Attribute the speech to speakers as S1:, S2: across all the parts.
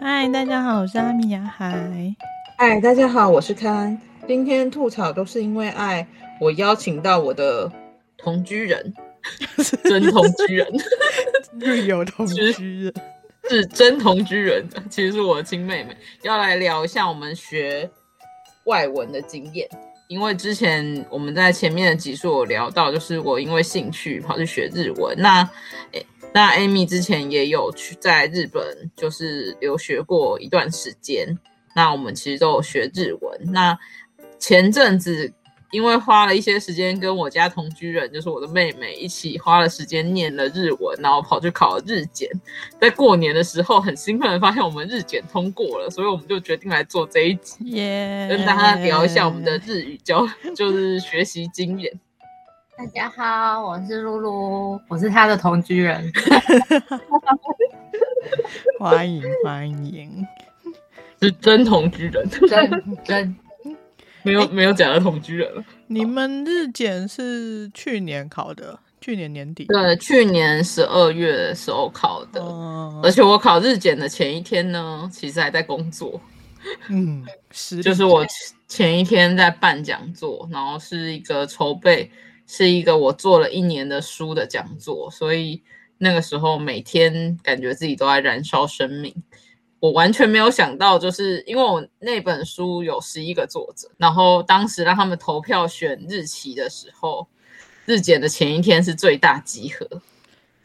S1: 嗨，大家好，我是阿米亚海。
S2: 嗨，大家好，我是康。今天吐槽都是因为爱，我邀请到我的同居人，真同居人
S1: 日有同居 人，
S2: 是真同居人，其实是我的亲妹妹，要来聊一下我们学外文的经验。因为之前我们在前面的集数有聊到，就是我因为兴趣跑去学日文。那诶那 Amy 之前也有去在日本就是留学过一段时间。那我们其实都有学日文。那前阵子因为花了一些时间跟我家同居人，就是我的妹妹一起花了时间念了日文，然后跑去考了日检。在过年的时候很兴奋的发现我们日检通过了，所以我们就决定来做这一集。
S1: 耶、
S2: 跟大家聊一下我们的日语教， 就是学习经验。
S3: 大家好，啊我是露露，我是他的同居人。
S1: 欢迎欢迎。
S2: 是真同居人，
S3: 真 真，
S2: 没有没有假的同居人了。
S1: 你们日检是去年考的，去年年底。
S2: 对，啊去年十二月的时候考的，
S1: 哦
S2: 而且我考日检的前一天呢，其实还在工作，
S1: 嗯，实
S2: 就是
S1: 力
S2: 我前前一天在办讲座，然后是一个筹备，是一个我做了一年的书的讲座，所以那个时候每天感觉自己都在燃烧生命。我完全没有想到，就是因为我那本书有十一个作者，然后当时让他们投票选日期的时候，日检的前一天是最大集合，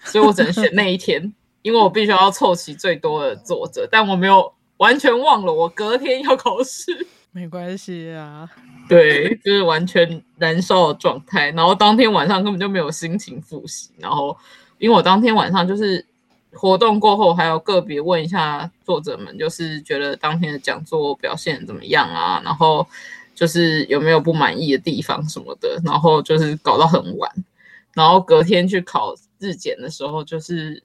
S2: 所以我只能选那一天，因为我必须要凑齐最多的作者，但我没有完全忘了我隔天要考试。
S1: 没关系啊。
S2: 对，就是完全燃烧的状态。然后当天晚上根本就没有心情复习。然后，因为我当天晚上就是活动过后，还有个别问一下作者们，就是觉得当天的讲座表现怎么样啊？然后就是有没有不满意的地方什么的。然后就是搞到很晚。然后隔天去考日检的时候，就是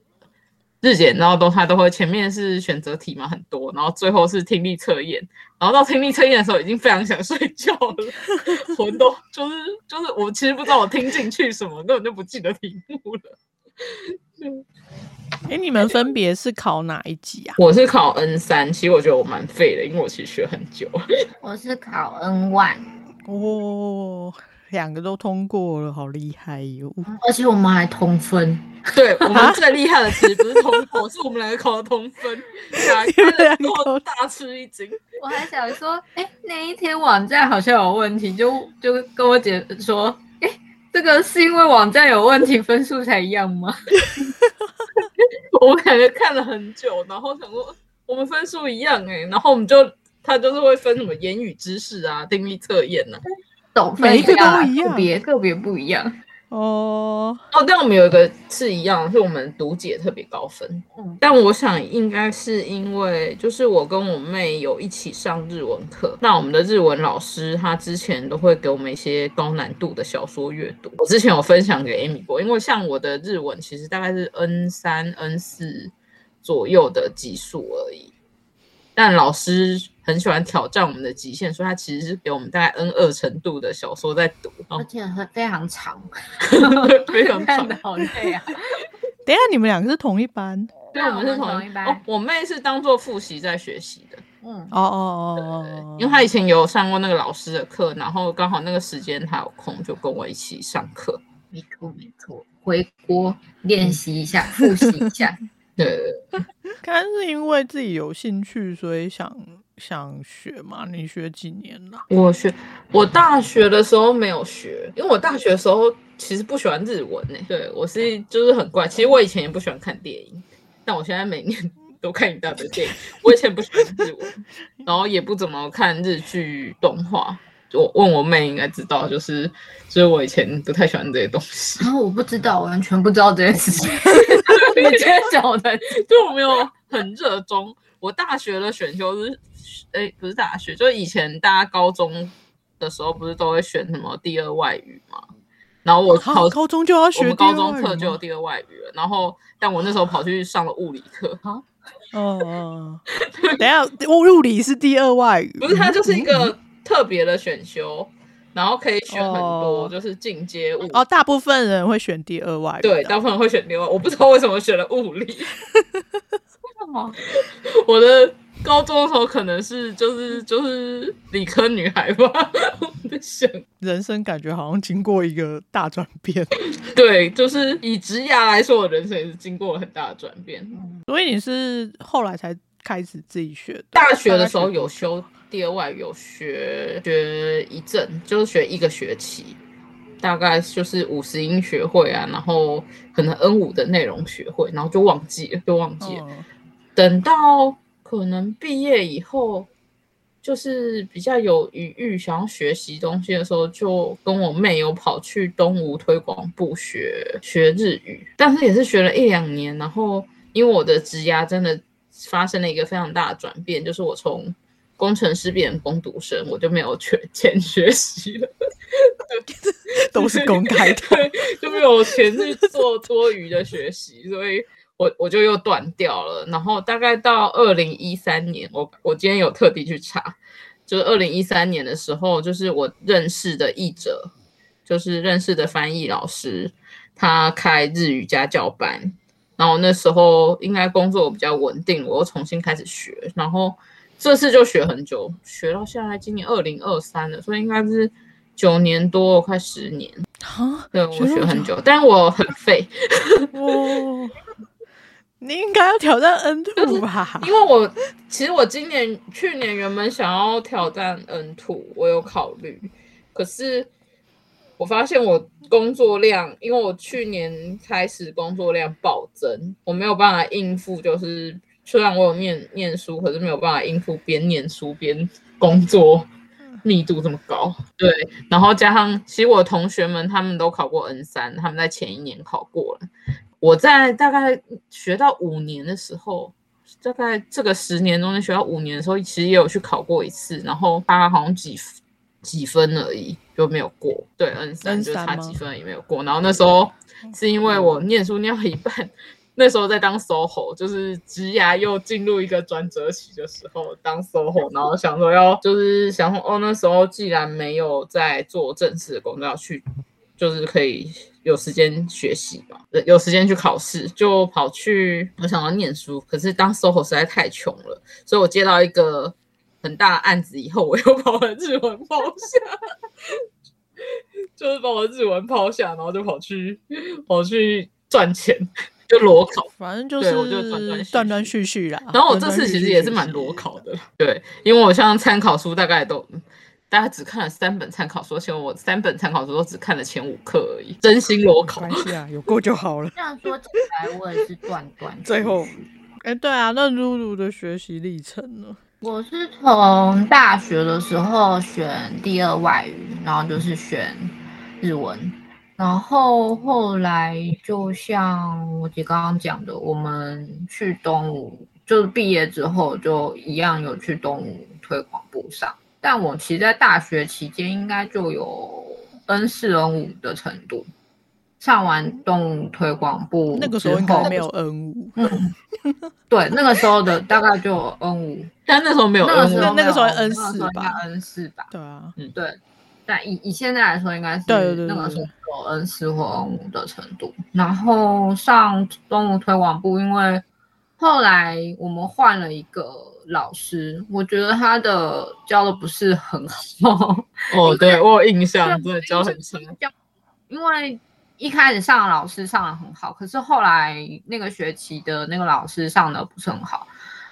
S2: 日检，然后都他都会前面是选择题嘛，很多，然后最后是听力测验，然后到听力测验的时候已经非常想睡觉 了，魂都就是就是我其实不知道我听进去什么，根本就不记得题目了。
S1: 哎、你们分别是考哪一级啊？
S2: 我是考 N 三，其实我觉得我蛮废的，因为我其实学很久。
S3: 我是考 N one，
S1: 哦，两个都通过了，好厉害哟！
S3: 而且我们还同分。
S2: 对我
S1: 啊
S2: 们最厉害的其实不是通过，是我们两个考的同分，两个
S1: 你们两个考
S2: 都大吃一惊。
S3: 我还想说，哎、那一天网站好像有问题，就就跟我姐说，哎、这个是因为网站有问题，分数才一样吗？
S2: 我们两个看了很久，然后想说我们分数一样哎、然后我们就他就是会分什么言语知识啊、听力测验呐、
S3: 总
S1: 每一个
S3: 分
S1: 都一样
S3: 个别个别不一样。
S1: 哦，
S2: 哦，但我们有一个是一样，是我们读解特别高分。
S3: 嗯
S2: 但我想应该是因为，就是我跟我妹有一起上日文课，那我们的日文老师他之前都会给我们一些高难度的小说阅读。我之前有分享给 Amy 过，因为像我的日文其实大概是 N 三、N 四左右的级数而已，但老师很喜欢挑战我们的极限，所以他其实是给我们大概 N 二程度的小说在读，
S1: 哦
S2: 然
S3: 而
S2: 后
S3: 且很非常 长，
S2: 非常长
S3: 看的。好累啊！
S1: 等一下你们两个是同一班？
S2: 对，
S3: 那
S2: 我们是
S3: 我们
S2: 同
S3: 同一班
S2: 哦，我妹是当做复习在学习的，
S3: 嗯，
S1: 哦哦哦哦，
S2: 因为她以前有上过那个老师的课，然后刚好那个时间她有空，就跟我一起上课。
S3: 没错没错，回国练习一下，复习一 下。
S2: 对，
S1: 看是因为自己有兴趣，所以想想学嘛。你学几年了？
S2: 我学我大学的时候没有学，因为我大学的时候其实不喜欢日文呢、对我是就是很怪，其实我以前也不喜欢看电影，但我现在每年 都看一大堆电影。我以前不喜欢日文，然后也不怎么看日剧动画。我问我妹应该知道，就是就是我以前不太喜欢这些东西。
S3: 然后我不知道，我完全不知道这件事情。我今天晓得，
S2: 就我没有很热衷。我大学的选修是，哎、不是大学，就是以前大家高中的时候不是都会选什么第二外语嘛？然后我
S1: 好
S2: 考
S1: 哦高中就要
S2: 我
S1: 学
S2: 们
S1: 第
S2: 高
S1: 二
S2: 中
S1: 外语
S2: 课就
S1: 吗
S2: 有
S1: 哦
S2: 第二外语了，然后但我那时候跑去上了物理课，
S1: 哦哦， 哦等一下物理是第二外语，
S2: 不是它就是一
S1: 嗯
S2: 个特别的选修，然后可以选很多，
S1: 哦
S2: 就是进阶物理
S1: 哦，大部分人会选第二外语的，
S2: 对，大部分人会
S3: 哦
S2: 选另外，我不知道为什么选了物理。
S3: 什么？
S2: 我的高中的时候可能是就是就是理科女孩吧， 我在想，
S1: 人生感觉好像经过一个大转变，
S2: 对，就是以职涯来说，我人生也是经过了很大的转变。
S1: 所以你是后来才开始自己学的？
S2: 大学的时候有修第二外语，有学学一阵，就是学一个学期，大概就是五十音学会啊，然后可能 N 五的内容学会，然后就忘记了，就忘记了。
S1: 嗯
S2: 等到可能毕业以后，就是比较有余裕想要学习东西的时候，就跟我妹有跑去东吴推广部学学日语，但是也是学了一两年，然后因为我的职涯真的发生了一个非常大的转变，就是我从工程师变成工读生，我就没有缺 钱学习了。
S1: 都是公开的。
S2: 对，就没有钱去做多余的学习，所以我我就又断掉了。然后大概到二零一三年，我我今天有特地去查，就是二零一三年的时候，就是我认识的译者，就是认识的翻译老师，他开日语家教班。然后那时候应该工作比较稳定，我又重新开始学，然后这次就学很久，学到现在今年二零二三了，所以应该是九年多，快十年。
S1: 啊，
S2: 对，我
S1: 学
S2: 学
S1: 了
S2: 很 久，但我很废，
S1: 哇！哦你应该要挑战 N two 吧？
S2: 因为我其实我今年、去年原本想要挑战 N two，我有考虑，可是我发现我工作量，因为我去年开始工作量暴增，我没有办法应付，就是虽然我有念念书，可是没有办法应付边念书边工作密度这么高。嗯对，然后加上其实我同学们他们都考过 N 三，他们在前一年考过了。我在大概学到五年的时候，大概这个十年中间学到五年的时候，其实也有去考过一次，然后大概好像几几分而已，就没有过。对，N 三哦
S1: N3
S2: 就差几
S1: 吗
S2: 分而已没有过。然后那时候是因为我念书念到一半，那时候在当 SOHO，就是职涯又进入一个转折期的时候，当 SOHO，然后想说要就是想说哦，那时候既然没有在做正式的工作，要去就是可以有时间学习嘛，对有时间去考试，就跑去我想要念书，可是当 SOHO 实在太穷了，所以我接到一个很大的案子以后，我又把我的日文抛下。 就是把我的日文抛下，然后就跑去跑去赚钱，就裸考。
S1: 反正就
S2: 对
S1: 是
S2: 我就断断续续
S1: 断断续续啦。
S2: 然后我这
S1: 断断
S2: 次
S1: 续
S2: 其实
S1: 续
S2: 也
S1: 学
S2: 是蛮
S1: 习
S2: 裸考的，对，因为我像参考书大概都。大概只看了三本参考书，而且我三本参考书都只看了前五课而已，真心裸考
S1: 没。关系啊，有过就好了。
S3: 这样说起来，我也是断 断续续。
S1: 最 后，哎、对啊，那露露的学习历程呢？
S3: 我是从大学的时候选第二外语，然后就是选日文，然后后来就像我姐刚刚讲的，我们去东吴，就是毕业之后就一样有去东吴推广部上，但我其实在大学期间应该就有 N 四 N 五的程度，上完东吴推广部
S1: 那个时候
S3: 之
S1: 应该
S3: 后
S1: 没有 N 五，
S3: 对那个时候的 大概就有 N 五。
S2: 但那时候没有
S3: 那个
S2: N
S3: 时
S2: 五，
S3: 候
S1: 那个时候
S3: 没有
S1: N4
S3: 那个时候应该
S1: 吧
S3: ，N 四吧，
S1: 对 啊，
S3: 对。但以以现在来说，应该是
S1: 对对对
S3: 那个时
S1: 对
S3: 候有 N 四或 N 五的程度。然后上中午推广部，因为后来我们换了一个老师，我觉得他的教的不是很好，
S2: 哦，对我有印
S3: 对
S2: 象，真的教很
S3: 就是
S2: 深。
S3: 教因为一开始上的老师上的很好，可是后来那个学期的那个老师上的不是很好，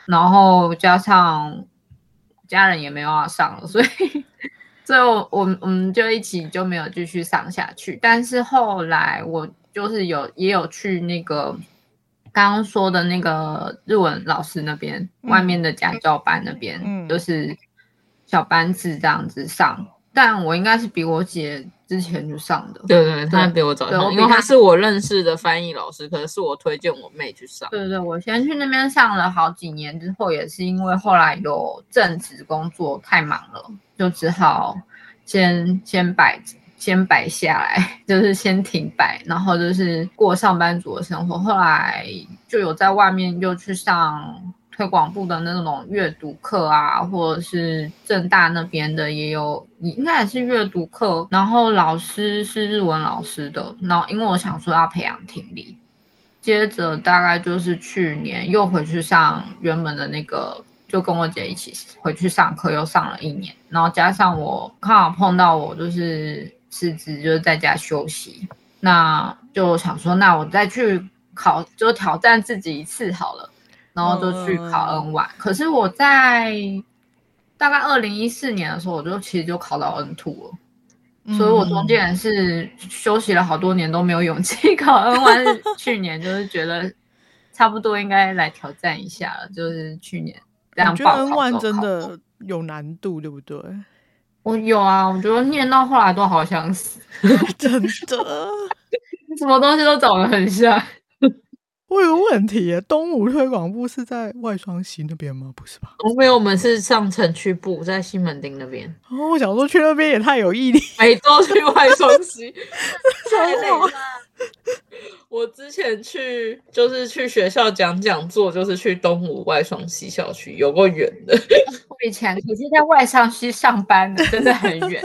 S3: 然后加上家人也没有要上了，所以所以我我们我们就一起就没有继续上下去。但是后来我就是有也有去那个刚刚说的那个日文老师那边，
S1: 嗯
S3: 外面的家教班那边，
S1: 嗯
S3: 就是小班制这样子上。但我应该是比我姐之前就上的，
S2: 对对，他比我早
S3: 对我
S2: 上，
S3: 比
S2: 因为他
S3: 他
S2: 是我认识的翻译老师，可能是我推荐我妹去上。
S3: 对对，我先去那边上了好几年之后，也是因为后来有正职工作太忙了，就只好先先摆先摆下来， 就是先停摆，然后就是过上班族的生活。后来就有在外面又去上推广部的那种阅读课啊，或者是正大那边的也有，应该也是阅读课。然后老师是日文老师的，然后因为我想说要培养听力，接着大概就是去年又回去上原本的那个就跟我姐一起回去上课，又上了一年，然后加上我刚好碰到我就是辞职，就是在家休息，那就想说，那我再去考，就挑战自己一次好了，然后就去考 N 万、可是我在大概二零一四年的时候，我就其实就考到 N two 了，所以我
S1: 嗯
S3: 中间是休息了好多年都没有勇气考 N 万。去年就是觉得差不多应该来挑战一下了，就是去年这样
S1: 我觉得
S3: 报
S1: N
S3: 考
S1: one
S3: 之
S1: 真
S3: 后考
S1: 的有难度，对不对？
S3: 我有啊，我觉得念到后来都好想死，
S1: 真的。
S3: 什么东西都长得很像。
S1: 我有个问题耶，东吴推广部是在外双溪那边吗？不是吧？
S2: 因为我们是上城区部，在西门町那边，
S1: 哦，我想说去那边也太有毅力。
S2: 每周去外双溪，太累
S1: 好
S2: 了。我之前去就是去学校讲讲座，就是去东吴外双溪校区，有够远的。
S3: 我以前可是在外商区上班的，真的很远。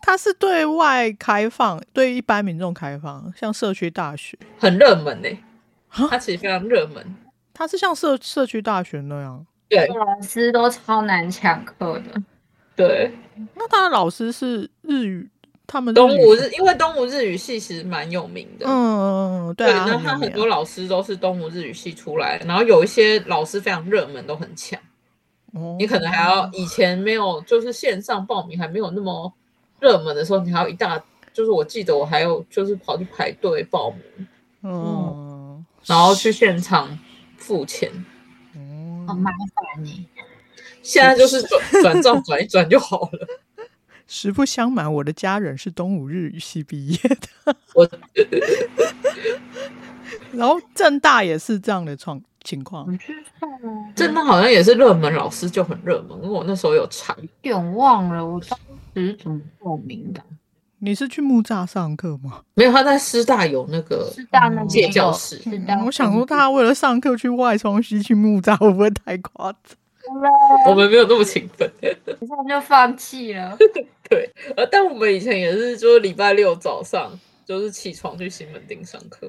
S1: 它是对外开放，对一般民众开放，像社区大学，
S2: 很热门呢、
S1: 啊
S2: 它其实非常热门。
S1: 它是像社社区大学那样。
S2: 对
S3: 老师都超难抢课的，
S2: 对，
S1: 那他的老师是日语，他们
S2: 东吴
S1: 日语
S2: 日因为东吴日语系其实蛮有名的，
S1: 嗯，嗯嗯，对啊，
S2: 那
S1: 很
S2: 他
S1: 有
S2: 很
S1: 名
S2: 多
S1: 啊
S2: 老师都是东吴日语系出来，然后有一些老师非常热门，都很强。
S1: 哦
S2: 你可能还要以前没有，就是线上报名还没有那么热门的时候，你还要一大，就是我记得我还有就是跑去排队报名，
S1: 嗯，
S2: 然后去哦现场付钱。
S1: 嗯
S3: 好麻烦你。
S2: 现在就是转转账转一转就好 了。
S1: 实不相瞒，我的家人是东吴日语系毕业的，
S2: 我
S1: 然后正大也是这样的状情
S2: 嗯
S1: 况。
S3: 我去啊上了，
S2: 真的好像也是热门老师就很热门，因为我那时候有查，
S3: 有点忘了我当时怎
S1: 嗯
S3: 么报名的。
S1: 你是去木栅上课吗？
S2: 没有他在师大有那个
S3: 是大那
S2: 借
S3: 边
S2: 教
S3: 有，
S2: 室
S3: 是
S1: 嗯
S3: 大。
S1: 我想说，他为了上课去外双溪去木栅，会不会太夸张？
S2: 我们没有那么勤奋，
S3: 这样就放弃了。
S2: 呃，但我们以前也是，就是礼拜六早上就是起床去西门町上课，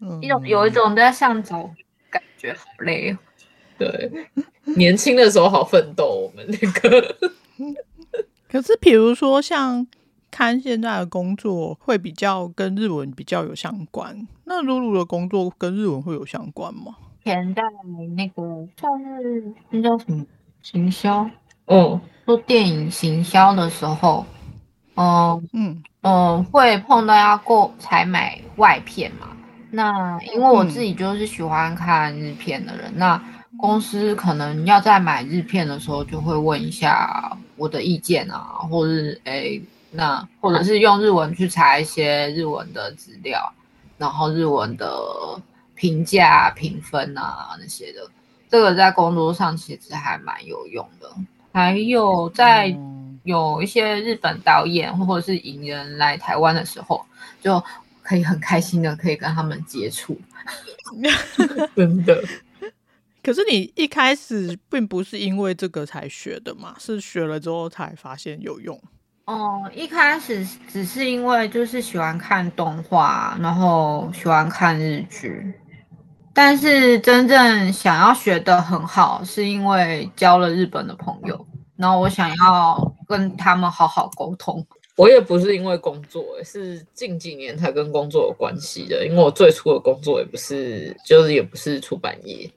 S1: 嗯，
S3: 一种有一种在上早，感觉好累哦。
S2: 对，年轻的时候好奋斗，我们那个
S1: 可是，比如说像看现在的工作会比较跟日文比较有相关，那露露的工作跟日文会有相关吗？
S3: 前在那个算是那叫什么行销，
S2: 哦，
S3: 做电影行销的时候，嗯、
S1: 嗯
S3: 嗯，会碰到要购才买外片嘛。那因为我自己就是喜欢看日片的人，那公司可能要在买日片的时候，就会问一下我的意见啊，或是诶，那或者是用日文去查一些日文的资料，然后日文的评价啊、评分啊那些的，这个在工作上其实还蛮有用的。还有在
S1: 嗯
S3: 有一些日本导演或者是影人来台湾的时候，就可以很开心的可以跟他们接触。
S2: 嗯真的，
S1: 可是你一开始并不是因为这个才学的嘛，是学了之后才发现有用。
S3: 哦、一开始只是因为就是喜欢看动画，然后喜欢看日剧，但是真正想要学的很好，是因为交了日本的朋友，然后我想要跟他们好好沟通。
S2: 我也不是因为工作、欸是近几年才跟工作有关系的。因为我最初的工作也不是，就是也不是出版业，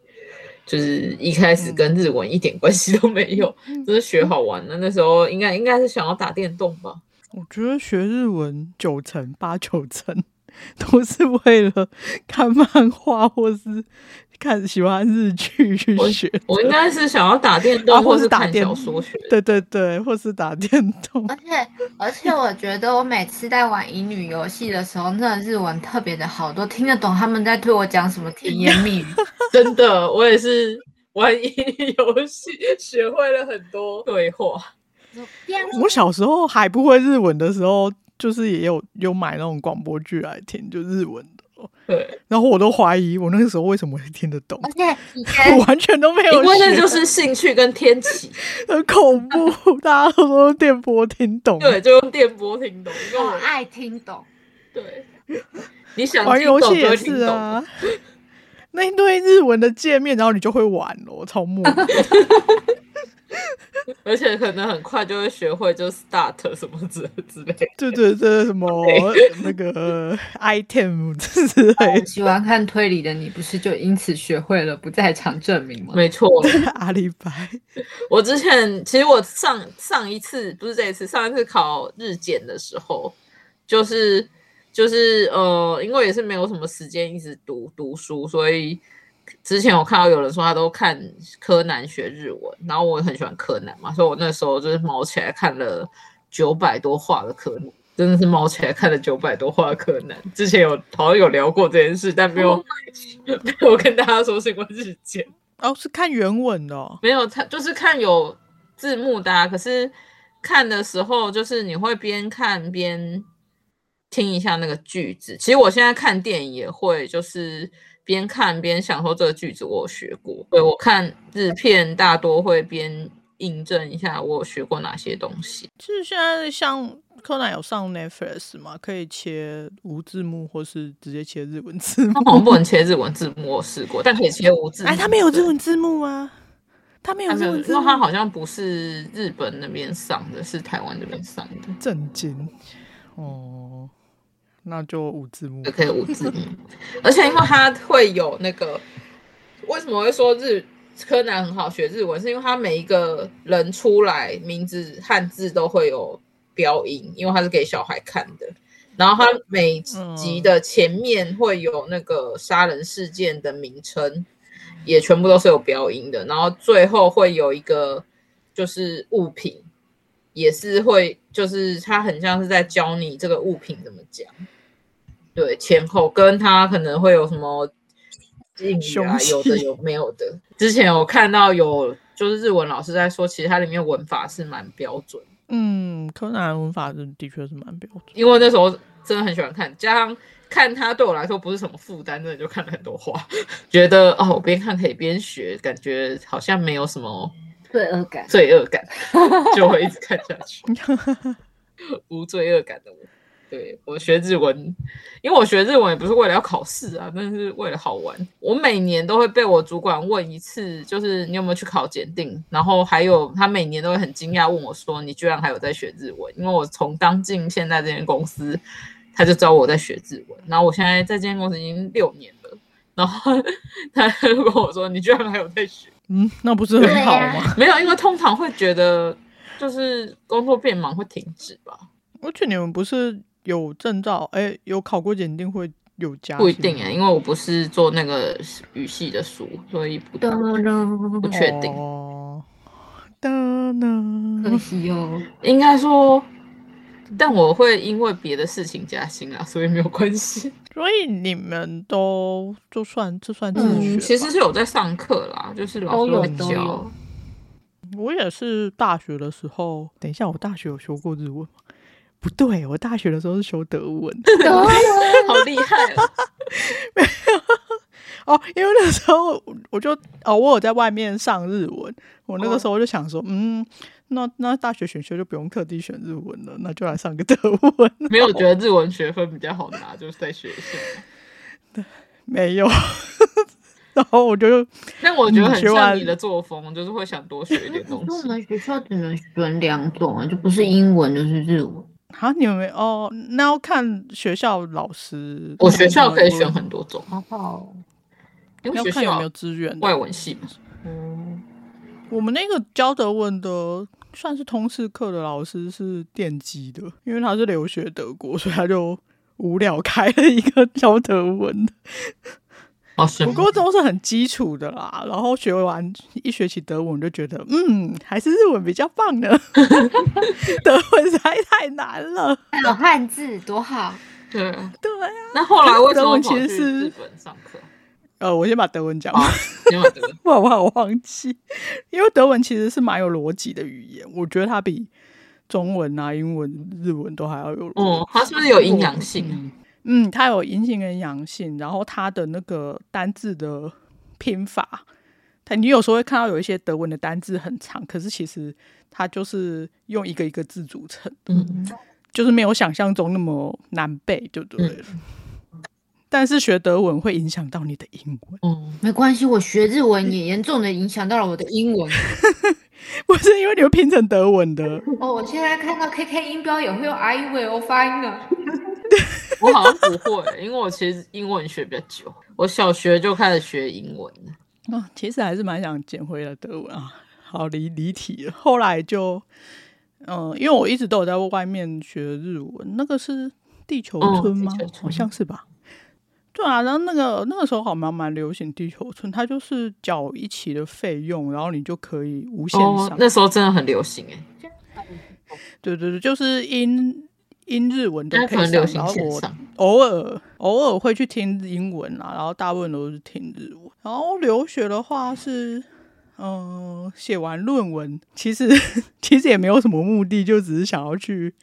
S2: 就是一开始跟日文一点关系都没有，只是学好玩的。那时候应该应该是想要打电动吧，
S1: 我觉得学日文九成八九成都是为了看漫画或是看喜欢日剧去学，
S2: 我应该是想要打电动，
S1: 啊或
S2: 或
S1: 是打
S2: 看
S1: 电
S2: 小说学 的。
S1: 对对对，或是打电动
S3: 而。且而且，我觉得我每次在玩乙女游戏的时候，那个日文特别的好，都听得懂他们在对我讲什么甜言蜜语。
S2: 真的，我也是玩乙女游戏，学会了很多对话。
S1: 我小时候还不会日文的时候，就是也有有买那种广播剧来听，就日文的。哦
S2: 对，
S1: 然后我都怀疑我那个时候为什么会听得懂，
S3: 而且
S1: 我
S3: 以前
S1: 完全都没
S2: 啊因
S1: 有
S2: 为那
S1: 学
S2: 就是兴趣跟天启，
S1: 很恐怖，大家都说电波听懂。
S2: 对，就用电波听懂，因为我
S3: 我爱听懂，
S2: 对，你想
S1: 玩
S2: 听
S1: 游
S2: 懂
S1: 戏
S2: 就
S1: 也
S2: 会
S1: 是啊
S2: 听懂。
S1: 啊。那一堆日文的界面，然后你就会玩了，我超木。
S2: 而且可能很快就会学会，就是 start 什么之 之类的。
S1: 对对对，什 么那个 item 之类
S3: 我喜欢看推理的你，不是就因此学会了不在场证明吗？
S2: 没错，
S1: 的，阿里白。
S2: 我之前其实我上上一次不是这一次，上一次考日检的时候，就是就是呃，因为也是没有什么时间一直读读书，所以之前我看到有人说他都看柯南学日文，然后我很喜欢柯南嘛，所以我那时候就是毛起来看了九百多话的柯南。真的是毛起来看了九百多话的柯南，之前有好像有聊过这件事，但没有、没有跟大家说是因为日检。
S1: 哦，是看原文的、哦，
S2: 没有，他就是看有字幕的、啊，可是看的时候就是你会边看边听一下那个句子。其实我现在看电影也会，就是边看边想说这个句子我有学过。对我看日片大多会边印证一下我有学过哪些东西。
S1: 是现在像柯南有上 Netflix 嘛，可以切无字幕，或是直接切日文字幕
S2: 它。好像不能切日文字幕，我试过，但可以切无字 幕。
S1: 哎，他没有日文字幕吗？他没有
S2: 它没
S1: 日
S2: 有，
S1: 文
S2: 因
S1: 字
S2: 为
S1: 幕，啊
S2: 它好像不是日本那边上的，是台湾这边上的。
S1: 震惊哦。那就无字幕
S2: 也，可以无字幕，而且因为它会有那个，为什么会说日柯南很好学日文？是因为它每一个人出来名字汉字都会有标音，因为它是给小孩看的。然后它每集的前面会有那个杀人事件的名称，也全部都是有标音的。然后最后会有一个就是物品，也是会就是它很像是在教你这个物品怎么讲。对，前后跟它可能会有什么敬语啊
S1: 凶，器
S2: 有的有没有的。之前有看到有就是日文老师在说，其实它里面文法是蛮标准的。
S1: 嗯，柯南文法是的确是蛮标准。
S2: 因为那时候真的很喜欢看，加上看它对我来说不是什么负担，真的就看了很多话， 觉得哦，我边看可以边学，感觉好像没有什么
S3: 罪恶感。
S2: 罪恶感，就会一直看下去，无罪恶感的我。对我学日文，因为我学日文也不是为了要考试啊，但是为了好玩。我每年都会被我主管问一次，就是你有没有去考检定，然后还有他每年都会很惊讶问我说，你居然还有在学日文？因为我从刚进现在这间公司，他就知道我在学日文，然后我现在在这间公司已经六年了，然后他就跟我说，你居然还有在学。
S1: 嗯，那不是
S2: 啊
S1: 很好吗？
S2: 没有，因为通常会觉得就是工作变忙会停止吧，
S1: 而且你们不是有证照，哎、有考过检定会有啊加薪吗？
S2: 不一定哎、因为我不是做那个语系的书，所以不不啊确定。
S1: 哦。当
S3: 可
S1: 当
S3: 惜哦，
S2: 应该说，但我会因为别的事情加薪啦，所以没有关系。
S1: 所以你们都就算这 算自学吧、
S2: 嗯，其实是有在上课啦，就是老师
S3: 都有
S2: 会
S3: 都
S2: 教
S3: 有。
S1: 我也是大学的时候，等一下，我大学有修过日文吗？不对，我大学的时候是修德文
S3: 啊
S2: 好厉害、哦！
S1: 哦，因为那时候我就哦，我有在外面上日文，我那个
S2: 哦
S1: 时候就想说，嗯，那那大学选修就不用特地选日文了，那就来上个德文。
S2: 没有觉得日文学分比较好拿，就是在学校。
S1: 没有， 然后我就
S2: 但我觉得很
S1: 嗯学
S2: 像
S1: 完
S2: 你的作风，就是会想多学一点东
S3: 可是我
S2: 西。
S3: 们学校只能选两种啊，就不是英文就是日文。
S1: 啊，你们哦，那要看学校老师。
S2: 我学校可以选很多种，
S3: 好好，
S2: 因为
S1: 要
S2: 学
S1: 看有
S2: 校
S1: 没有资源。
S2: 外文系嘛。
S3: 嗯，
S1: 我们那个教德文的算是通识课的老师是电机的，因为他是留学德国，所以他就无聊开了一个教德文的。
S2: 哦，是
S1: 不
S2: 吗
S1: 过都是很基础的啦。然后学完一学期德文，我就觉得嗯，还是日文比较棒呢。德文实在太难了。
S3: 还有汉字多好，
S2: 对啊。
S1: 对啊，
S2: 那后来为什
S1: 德
S2: 么
S1: 文其
S2: 跑去
S1: 实是
S2: 日本上课？
S1: 呃，我先把德文讲完
S2: 啊。，因为德文
S1: 不然我好忘记，因为德文其实是蛮有逻辑的语言，我觉得它比中文啊、英文、日文都还要有逻辑。
S2: 哦，它是不是有阴阳性？啊
S1: 嗯，它有阴性跟阳性，然后它的那个单字的拼法，它你有时候会看到有一些德文的单字很长，可是其实它就是用一个一个字组成，
S2: 嗯，
S1: 就是没有想象中那么难背，就对了。但是学德文会影响到你的英文，
S2: 嗯，
S3: 没关系，我学日文也严重的影响到了我的英文。
S1: 不是因为你会拼成德文的。
S3: 哦，我现在看到 KK 音标也会用 I V O 发音了。
S2: 我好像不会，因为我其实英文学比较久，我小学就开始学英文了。
S1: 啊，其实还是蛮想捡回了德文啊。好离离题了，后来就，嗯、因为我一直都有在外面学日文，那个是地球
S2: 哦
S1: 村
S2: 地
S1: 吗？
S2: 球村
S1: 好像是吧。对啊，然后那个那个时候好像蛮蛮流行地球村，它就是缴一期的费用，然后你就可以无限上。
S2: 哦，那时候真的很流行哎、
S1: 对对对，就是英英日文都
S2: 现在
S1: 可
S2: 可能
S1: 以
S2: 流
S1: 上，
S2: 行
S1: 然后
S2: 线
S1: 我
S2: 上。
S1: 偶尔偶尔会去听英文啊啦，然后大部分都是听日文。然后留学的话是，嗯、写完论文，其实 其实也没有什么目的，就只是想要去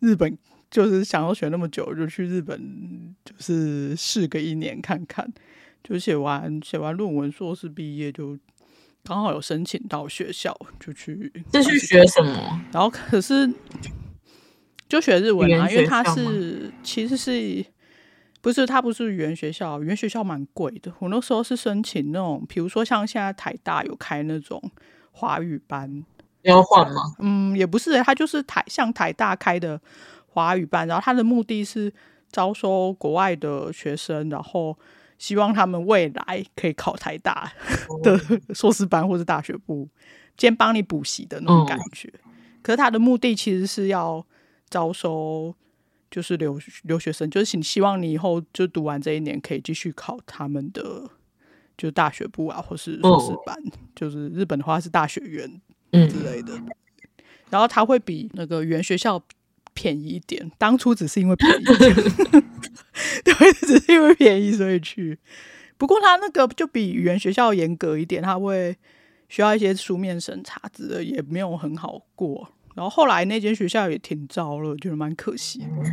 S1: 日本，就是想要学那么久，就去日本就是试个一年看看。就写完写完论文，硕士毕业就刚好有申请到学校，就去
S2: 这去学什么？
S1: 然后可是就学日文
S2: 语
S1: 啊，
S2: 言
S1: 因为
S2: 学
S1: 它
S2: 校吗
S1: 是其实是不是它不是语言学校，语言学校蛮贵的。我那时候是申请那种，比如说像现在台大有开那种华语班，
S2: 交换吗？
S1: 嗯，也不是欸、它就是台像台大开的华语班，然后它的目的是招收国外的学生，然后希望他们未来可以考台大的 硕士班或是大学部，先帮你补习的那种感觉。可是它的目的其实是要招收。就是留留学生，就是希希望你以后就读完这一年可以继续考他们的就大学部啊，或是硕士
S2: 哦
S1: 班。就是日本的话是大学院之
S2: 嗯，
S1: 类的。然后它会比那个原学校便宜一点，当初只是因为便宜， 对，只是因为便宜所以去。不过它那个就比语言学校严格一点，它会需要一些书面审查之类，也没有很好过。然后后来那间学校也挺糟了，觉得蛮可惜 的。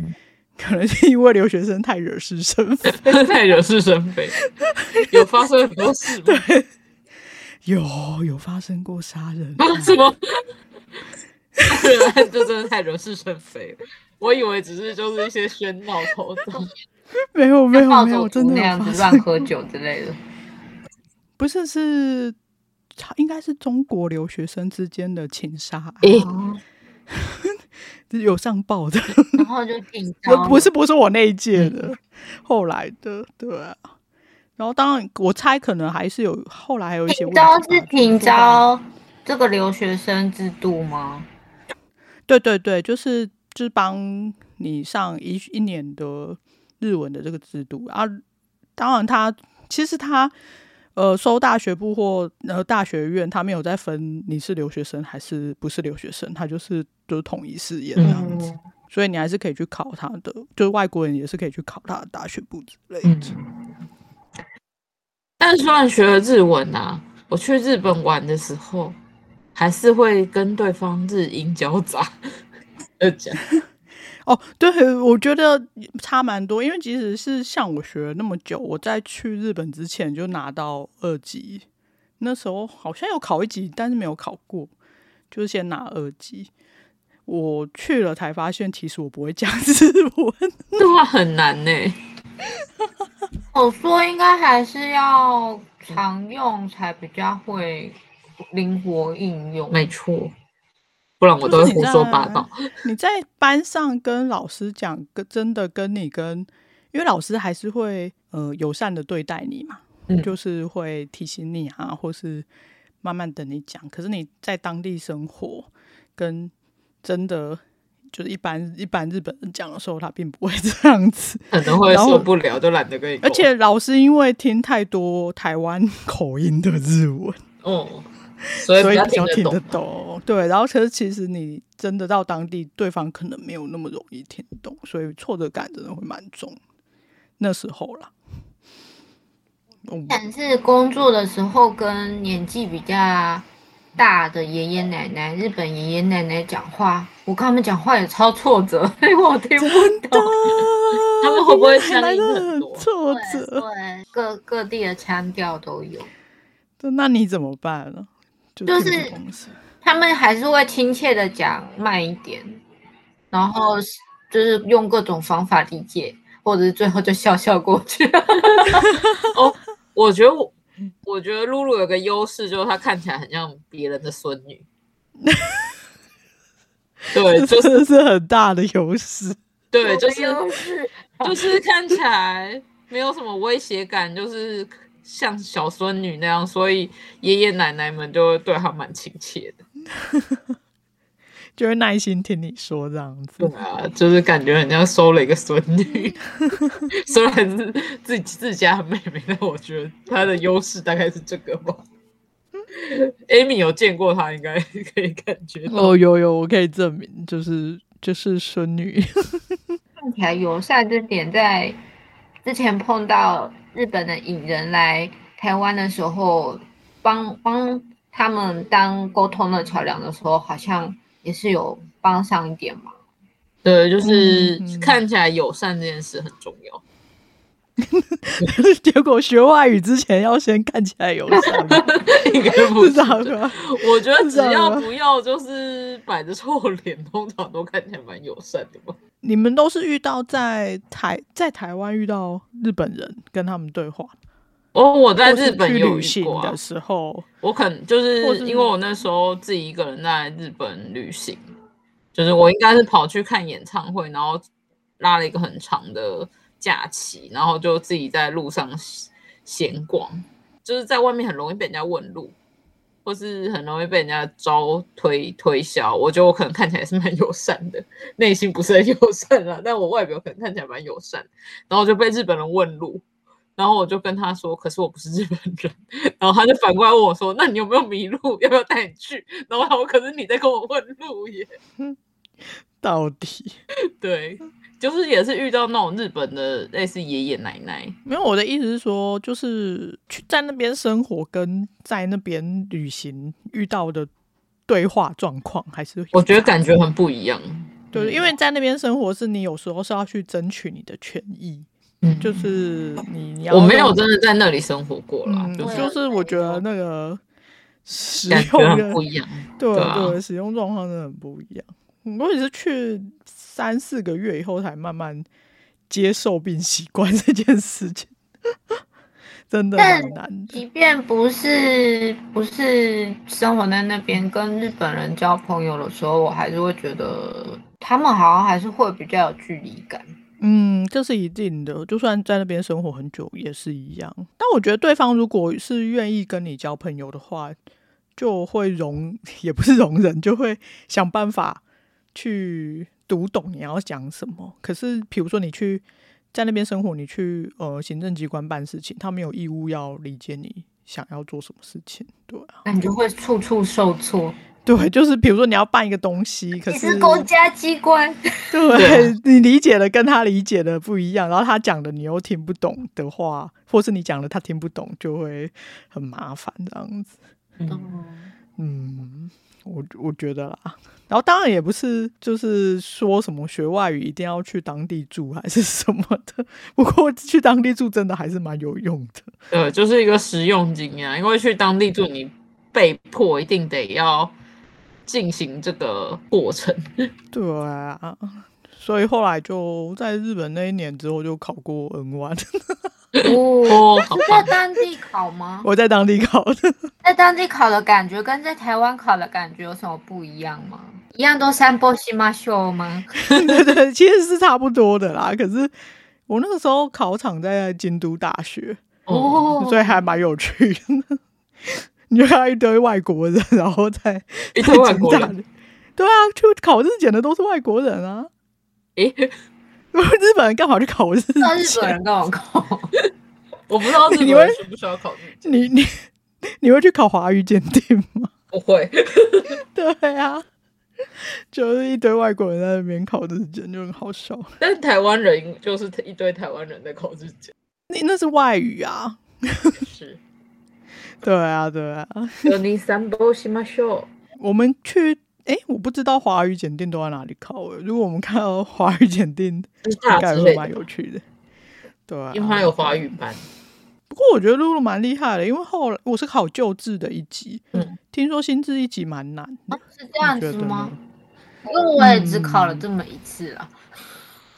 S1: 可能是因为留学生太惹是生非，
S2: 太惹是生非，有发生很多事 吗？
S1: 有有发生过杀人案
S2: 啊，什 么？这真的太惹是生非了。我以为只是就是一些喧闹头上，
S1: 没有没有
S3: 暴
S1: 没
S3: 走
S1: 有，
S3: 族
S1: 真的
S3: 那
S1: 有
S3: 样
S1: 发
S3: 子
S1: 生
S3: 乱喝酒之类的。
S1: 不是是，应该是中国留学生之间的情杀案，
S2: 诶
S1: 哦有上报的，
S3: 然后就定
S1: 不
S3: 高，
S1: 不是不是 我那一届的，
S3: 嗯
S1: 后来的对啊。然后当然，我猜可能还是有后来还有一 些
S3: 挺
S1: 问题嗯吧
S3: 招是挺， 招这个留学生制度吗？
S1: 就是对对对，就是就是帮你上一一年的日文的这个制度啊。当然他，其实他呃收大学部或呃大学院，他没有再分你是留学生还是不是留学生，他就是就是统一试验这样子。
S2: 嗯
S1: 所以你还是可以去考他的，就是外国人也是可以去考他的大学部之类的。
S2: 嗯。但虽然学了日文啊，我去日本玩的时候，还是会跟对方日英交杂。呃，讲
S1: 哦，对，我觉得差蛮多，因为即使是像我学了那么久，我在去日本之前就拿到二级，那时候好像有考一级，但是没有考过，就是先拿二级。我去了才发现，其实我不会讲 日文。
S2: 这话很难呢、
S3: 我说应该还是要常用才比较会灵活应用。
S2: 没错，不然我都会胡说
S1: 啊
S2: 八道。
S1: 你在班上跟老师讲，跟真的跟你跟，因为老师还是会呃友善的对待你嘛，
S2: 嗯
S1: 就是会提醒你啊，或是慢慢等你讲。可是你在当地生活，跟真的就是一般一般日本人讲的时候，他并不会 这样子。
S2: 可能会
S1: 然后
S2: 受不了，就懒得跟你沟
S1: 而
S2: 通。
S1: 且老师因为听太多台湾口音的日文，
S2: 哦，所以
S1: 所
S2: 比
S1: 以
S2: 较
S1: 比较
S2: 听得
S1: 听得
S2: 懂。
S1: 懂。对，然后可是其实你真的到当地，对方可能没有那么容易听懂，所以挫折感真的会蛮重。那时候啦，嗯
S3: 但是工作的时候跟年纪比较大的爷爷奶奶、日本爷爷奶奶讲话，我跟他们讲话也超挫折， 因为我听不懂。
S2: 他们会不会
S1: 啊原来
S2: 乡音
S1: 真的
S2: 很
S1: 很
S2: 多
S1: 挫
S3: 对
S1: 折？
S3: 对，各各地的腔调都有，
S1: 对那你怎么办呢？就
S3: 就
S1: 听
S3: 是
S1: 不懂是
S3: 他们还是会亲切的讲慢一点，然后是就是用各种方法理解。或者是最后就笑笑过去。
S2: 哦，我觉得我，我觉得露露有个优势，就是她看起来很像别人的孙 女。对，就
S1: 这
S2: 是
S1: 真的 是很大的优势。
S2: 对，就是
S3: 是
S2: 就是看起来没有什么威胁感，就是像小孙女那样，所以爷爷奶奶们就会对她蛮亲切的。
S1: 就会耐心听你说这样子
S2: 对。啊，就是感觉很像收了一个孙女，虽然是自己自家的妹妹，但我觉得她的优势大概是这个吧。Amy 有见过她，应该可以感觉到。
S1: 哦，有有，我可以证明，就是就是孙女，
S3: 看起来友善这点，在之前碰到日本的影人来台湾的时候，帮帮他们当沟通的桥梁的时候，好像也是有帮上一点嘛。
S2: 对，就是
S1: 嗯嗯
S2: 看起来友善这件事很重要。
S1: 结果学外语之前要先看起来友善吧，
S2: 应该不
S1: 是
S2: 是
S1: 这， 样吗？
S2: 我觉得
S1: 是
S2: 只
S1: 这样
S2: 要
S1: 吗
S2: 不要就是摆着臭脸，通常都看起来蛮友善的吧。
S1: 你们都是遇到在台在台湾遇到日本人跟他们对话，
S2: 哦，我在
S1: 或是
S2: 日本
S1: 去
S2: 也有
S1: 旅
S2: 遇
S1: 行
S2: 过、啊
S1: 的，时候，
S2: 我可能就是
S1: 或是
S2: 因为我那时候自己一个人在日本旅行，就是我应该是跑去看演唱会，然后拉了一个很长的假期，然后就自己在路上闲逛，就是在外面很容易被人家问路，或是很容易被人家招推推销。我觉得我可能看起来是蛮友善的， 内心不是很友善啦，但我外表可能看起来蛮友善，然后就被日本人问路。然后我就跟他说：“可是我不是日本人。”然后他就反过来问我说：“那你有没有迷路？要不要带你去？”然后我可是你在跟我问路耶。
S1: 到底
S2: 对，就是也是遇到那种日本的类似爷爷奶奶，
S1: 没有我的意思是说，就是去在那边生活跟在那边旅行遇到的对话状况，还是有
S2: 我觉得
S1: 差
S2: 感觉很不一样。
S1: 对，
S2: 嗯
S1: 因为在那边生活是你有时候是要去争取你的权益，
S2: 嗯
S1: 就是你你要
S2: 我没
S1: 用
S2: 有真的在那里生活过啦，
S1: 嗯，
S2: 就
S3: 我
S2: 是
S1: 就
S3: 有
S1: 是我觉得那个使
S2: 感
S1: 用
S2: 觉
S1: 的
S2: 很不一样。
S1: 对
S2: 对啊
S1: 对，使用状况真的很不一样。嗯我也是去三四个月以后才慢慢接受并习惯这件事情， 真的
S3: 但
S1: 很难的。
S3: 即便不是不是生活在那边，跟日本人交朋友的时候，我还是会觉得他们好像还是会比较有距离感。
S1: 嗯，这是一定的。就算在那边生活很久也是一样。但我觉得对方如果是愿意跟你交朋友的话，就会容 也不是容忍，就会想办法去读懂你要讲什么。可是，比如说你去在那边生活，你去呃行政机关办事情，他们有义务要理解你想要做什么事情。对啊，
S3: 那你就会处处受挫。
S1: 对，就是比如说你要办一个东西，可
S3: 你
S1: 是
S3: 是公家机关，
S1: 对你理解的跟他理解的不一样，然后他讲的你又听不懂的话，或是你讲的他听不懂，就会很麻烦这样子。
S2: 嗯
S1: 嗯，我我觉得啦。然后当然也不是就是说什么学外语一定要去当地住还是什么的，不过去当地住真的还是蛮有用的。
S2: 对，就是一个实用经验啊，因为去当地住，你被迫一定得要进行这个过程。
S1: 对啊，所以后来就在日本那一年之后就考过 N 1
S3: 哦，
S2: 哦，好
S3: 是在
S2: 吧，
S3: 当地考吗？
S1: 我在当地考的。
S3: 在当地考的感觉跟在台湾考的感觉有什么不一样吗？一样都三波西马秀吗？
S1: 对对，其实是差不多的啦。可是我那个时候考场在京都大学，
S2: 哦，
S3: 哦，
S1: 所以还蛮有趣的。 你就看到一堆外国人，然后在
S2: 一
S1: 在
S2: 堆外
S1: 京
S2: 国
S1: 大
S2: 人，
S1: 的对啊，去考日检的都是外国人啊。
S2: 诶，
S1: 日本人干嘛去考日检？
S2: 啊
S3: 那日本人跟我考，
S2: 我不知道日本
S1: 你会
S2: 人需不需要考 虑，
S1: 你你你会去考华语检定吗？
S2: 我会。
S1: 对啊，就是一堆外国人在那边考日检，就很好笑。
S2: 但台湾人就是一堆台湾人在考日检，
S1: 那那是外语啊，
S2: 是。
S1: 对啊，对啊。
S2: 有你三波西马秀，
S1: 我们去，哎，我不知道华语检定都在哪里考诶。如果我们看到华语检定，
S2: 就是
S1: 应
S2: 大
S1: 该
S2: 之
S1: 会
S2: 类
S1: 蛮
S2: 的
S1: 有
S2: 吧，
S1: 趣的。对啊，
S2: 因为它有华语班。
S1: 不过我觉得露露蛮厉害的，因为后来我是考旧制的一级，
S2: 嗯
S1: 听说新制一级蛮难的，
S3: 是这样
S1: 你觉
S3: 子
S1: 得
S3: 吗
S1: 呢？？
S3: 因为我也只考了这么一次了。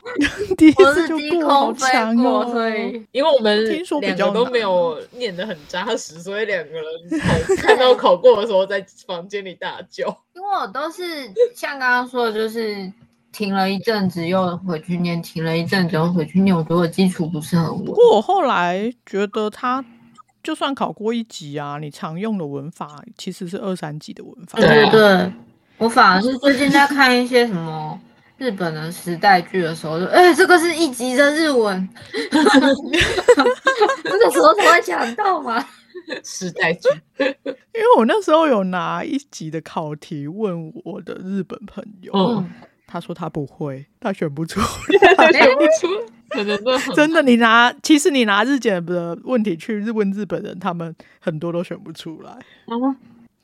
S1: 第一
S3: 我
S1: 次
S3: 是
S1: 就
S3: 低
S1: 过，好
S3: 空飞
S1: 强
S3: 过，
S1: 哦！
S3: 所以
S2: 因为我们
S1: 听说比
S2: 两
S1: 较
S2: 个都
S1: 难
S2: 没有念得很扎实，所以两个人考看到考过的时候在房间里大叫。
S3: 因为我都是像刚刚说的，就是停了一阵子又回去念，停了一阵子又回去念，我觉得我基础不是很稳
S1: 不。过我后来觉得他。就算考过一级啊，你常用的文法其实是二三级的文法。
S3: 对
S2: 对啊
S3: 对对，我反而是最近在看一些什么日本的时代剧的时候，就哎、这个是一级的日文， 这个时候才会想到嘛。
S2: 时代剧，
S1: 因为我那时候有拿一级的考题问我的日本朋友，
S2: 嗯，
S1: 他说他不会，他选不出。
S2: 想不出，可能真的 很
S1: 真的，你拿其实你拿日检的问题去日问日本人，他们很多都选不出来，
S2: 啊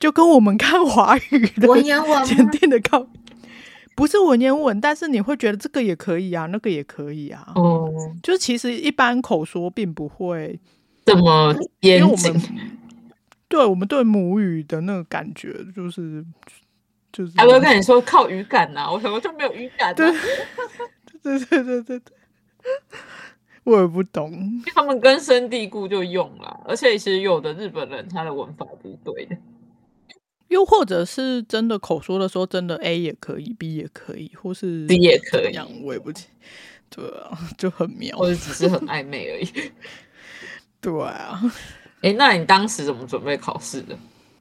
S1: 就跟我们看华语的
S3: 文言文
S1: 检
S3: 吗？
S1: 定的考，不是文言文，但是你会觉得这个也可以啊，那个也可以啊。
S2: 哦，
S1: 就其实一般口说并不会，
S2: 这么
S1: 因为
S2: 严
S1: 我
S2: 谨
S1: 们，对我们对母语的那个感觉就是就是
S2: 他都跟你说靠语感呐、我什么就没有语感、啊，
S1: 对
S2: 因
S1: 对
S2: 为
S1: 对对 对对，我也不懂。
S2: 他们根深蒂固就用了，而且其实有的日本人他的文法不对的，
S1: 又或者是真的口说的时候，真的 A 也可以，B 也可以，或是
S2: D 也可
S1: 怎
S2: 以
S1: 么样我也不清。对啊，就很妙
S2: 或。者只是很暧昧而已。
S1: 对啊，
S2: 哎、那你当时怎么准备考试的？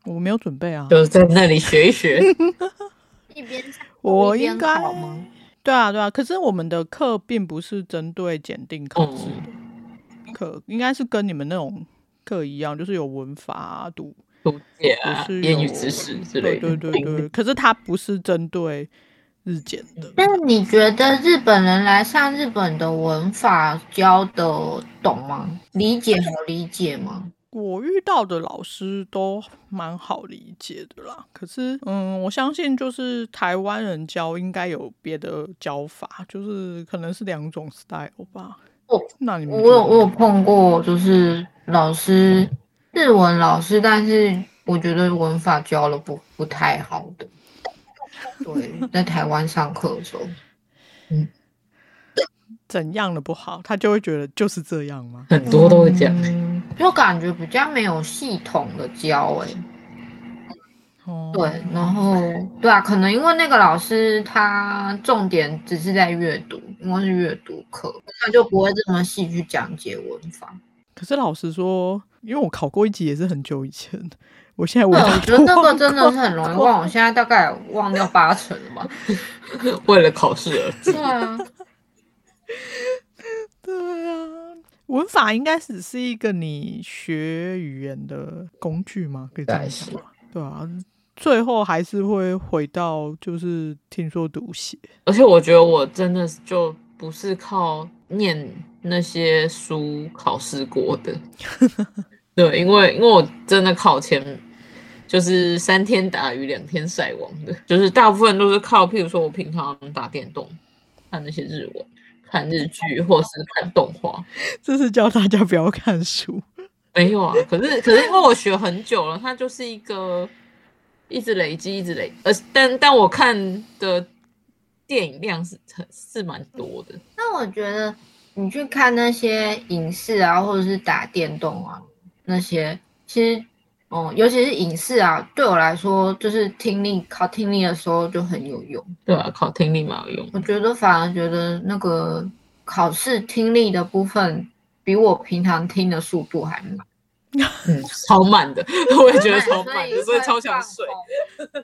S1: 我没有准备啊。
S2: 就是在那里学一学，
S3: 一边上
S1: 我
S3: 一边
S1: 应该
S3: 考吗？
S1: 对啊，对啊。可是我们的课并不是针对检定考试的
S2: 嗯
S1: 课，应该是跟你们那种课一样，就是有文法、啊、读
S2: 读解啊
S1: 也、是有
S2: 言语知识之类
S1: 对
S2: 的。
S1: 对对对。可是它不是针对日检的。
S3: 那你觉得日本人来上日本的文法教的懂吗？理解好理解吗？
S1: 我遇到的老师都蛮好理解的啦，可是，嗯，我相信就是台湾人教应该有别的教法，就是可能是两种 style 吧。
S3: 哦，
S1: 那你们
S3: 我
S1: 觉
S3: 有
S1: 得
S3: 我有碰过，就是老师日文老师，但是我觉得文法教的不不太好的。对，在台湾上课的时候，
S1: 怎样的不好，他就会觉得就是这样吗？
S2: 很多都会讲，
S3: 嗯就感觉比较没有系统的教、欸，
S1: 哦，
S3: 对，然后对啊，可能因为那个老师他重点只是在阅读，因为是阅读课，他就不会这么细去讲解文法。
S1: 可是老实说，因为我考过一级也是很久以前，我现在我
S3: 对，嗯我觉得那个真的是
S1: 是
S3: 很容易忘，我现在大概忘掉八成了吧。
S1: 嗯
S2: 为了考试而
S3: 对啊，
S1: 对啊。文法应该只是一个你学语言的工具吗？可以这样讲
S2: 应
S1: 吗？对啊，最后还是会回到就是听说读写。
S2: 而且我觉得我真的就不是靠念那些书考试过的，对，因为因为我真的考前就是三天打鱼两天晒网的，就是大部分都是靠，譬如说我平常打电动，看那些日文，看日剧或是看动画，
S1: 这是叫大家不要看书，
S2: 没有啊，可是可是因为我学很久了，它就是一个一直累积，一直累，呃，但但我看的电影量是很是蛮多的。
S3: 那我觉得你去看那些影视啊，或者是打电动啊，那些其实，哦、尤其是影视啊，对我来说，就是听力考听力的时候就很有用。
S2: 对啊，考听力蛮有用。
S3: 我觉得反而觉得那个考试听力的部分，比我平常听的速度还慢。
S2: 嗯，超慢的，我也觉得超
S3: 所
S2: 慢的，所以
S3: 会
S2: 超想
S3: 放
S2: 睡。
S3: 空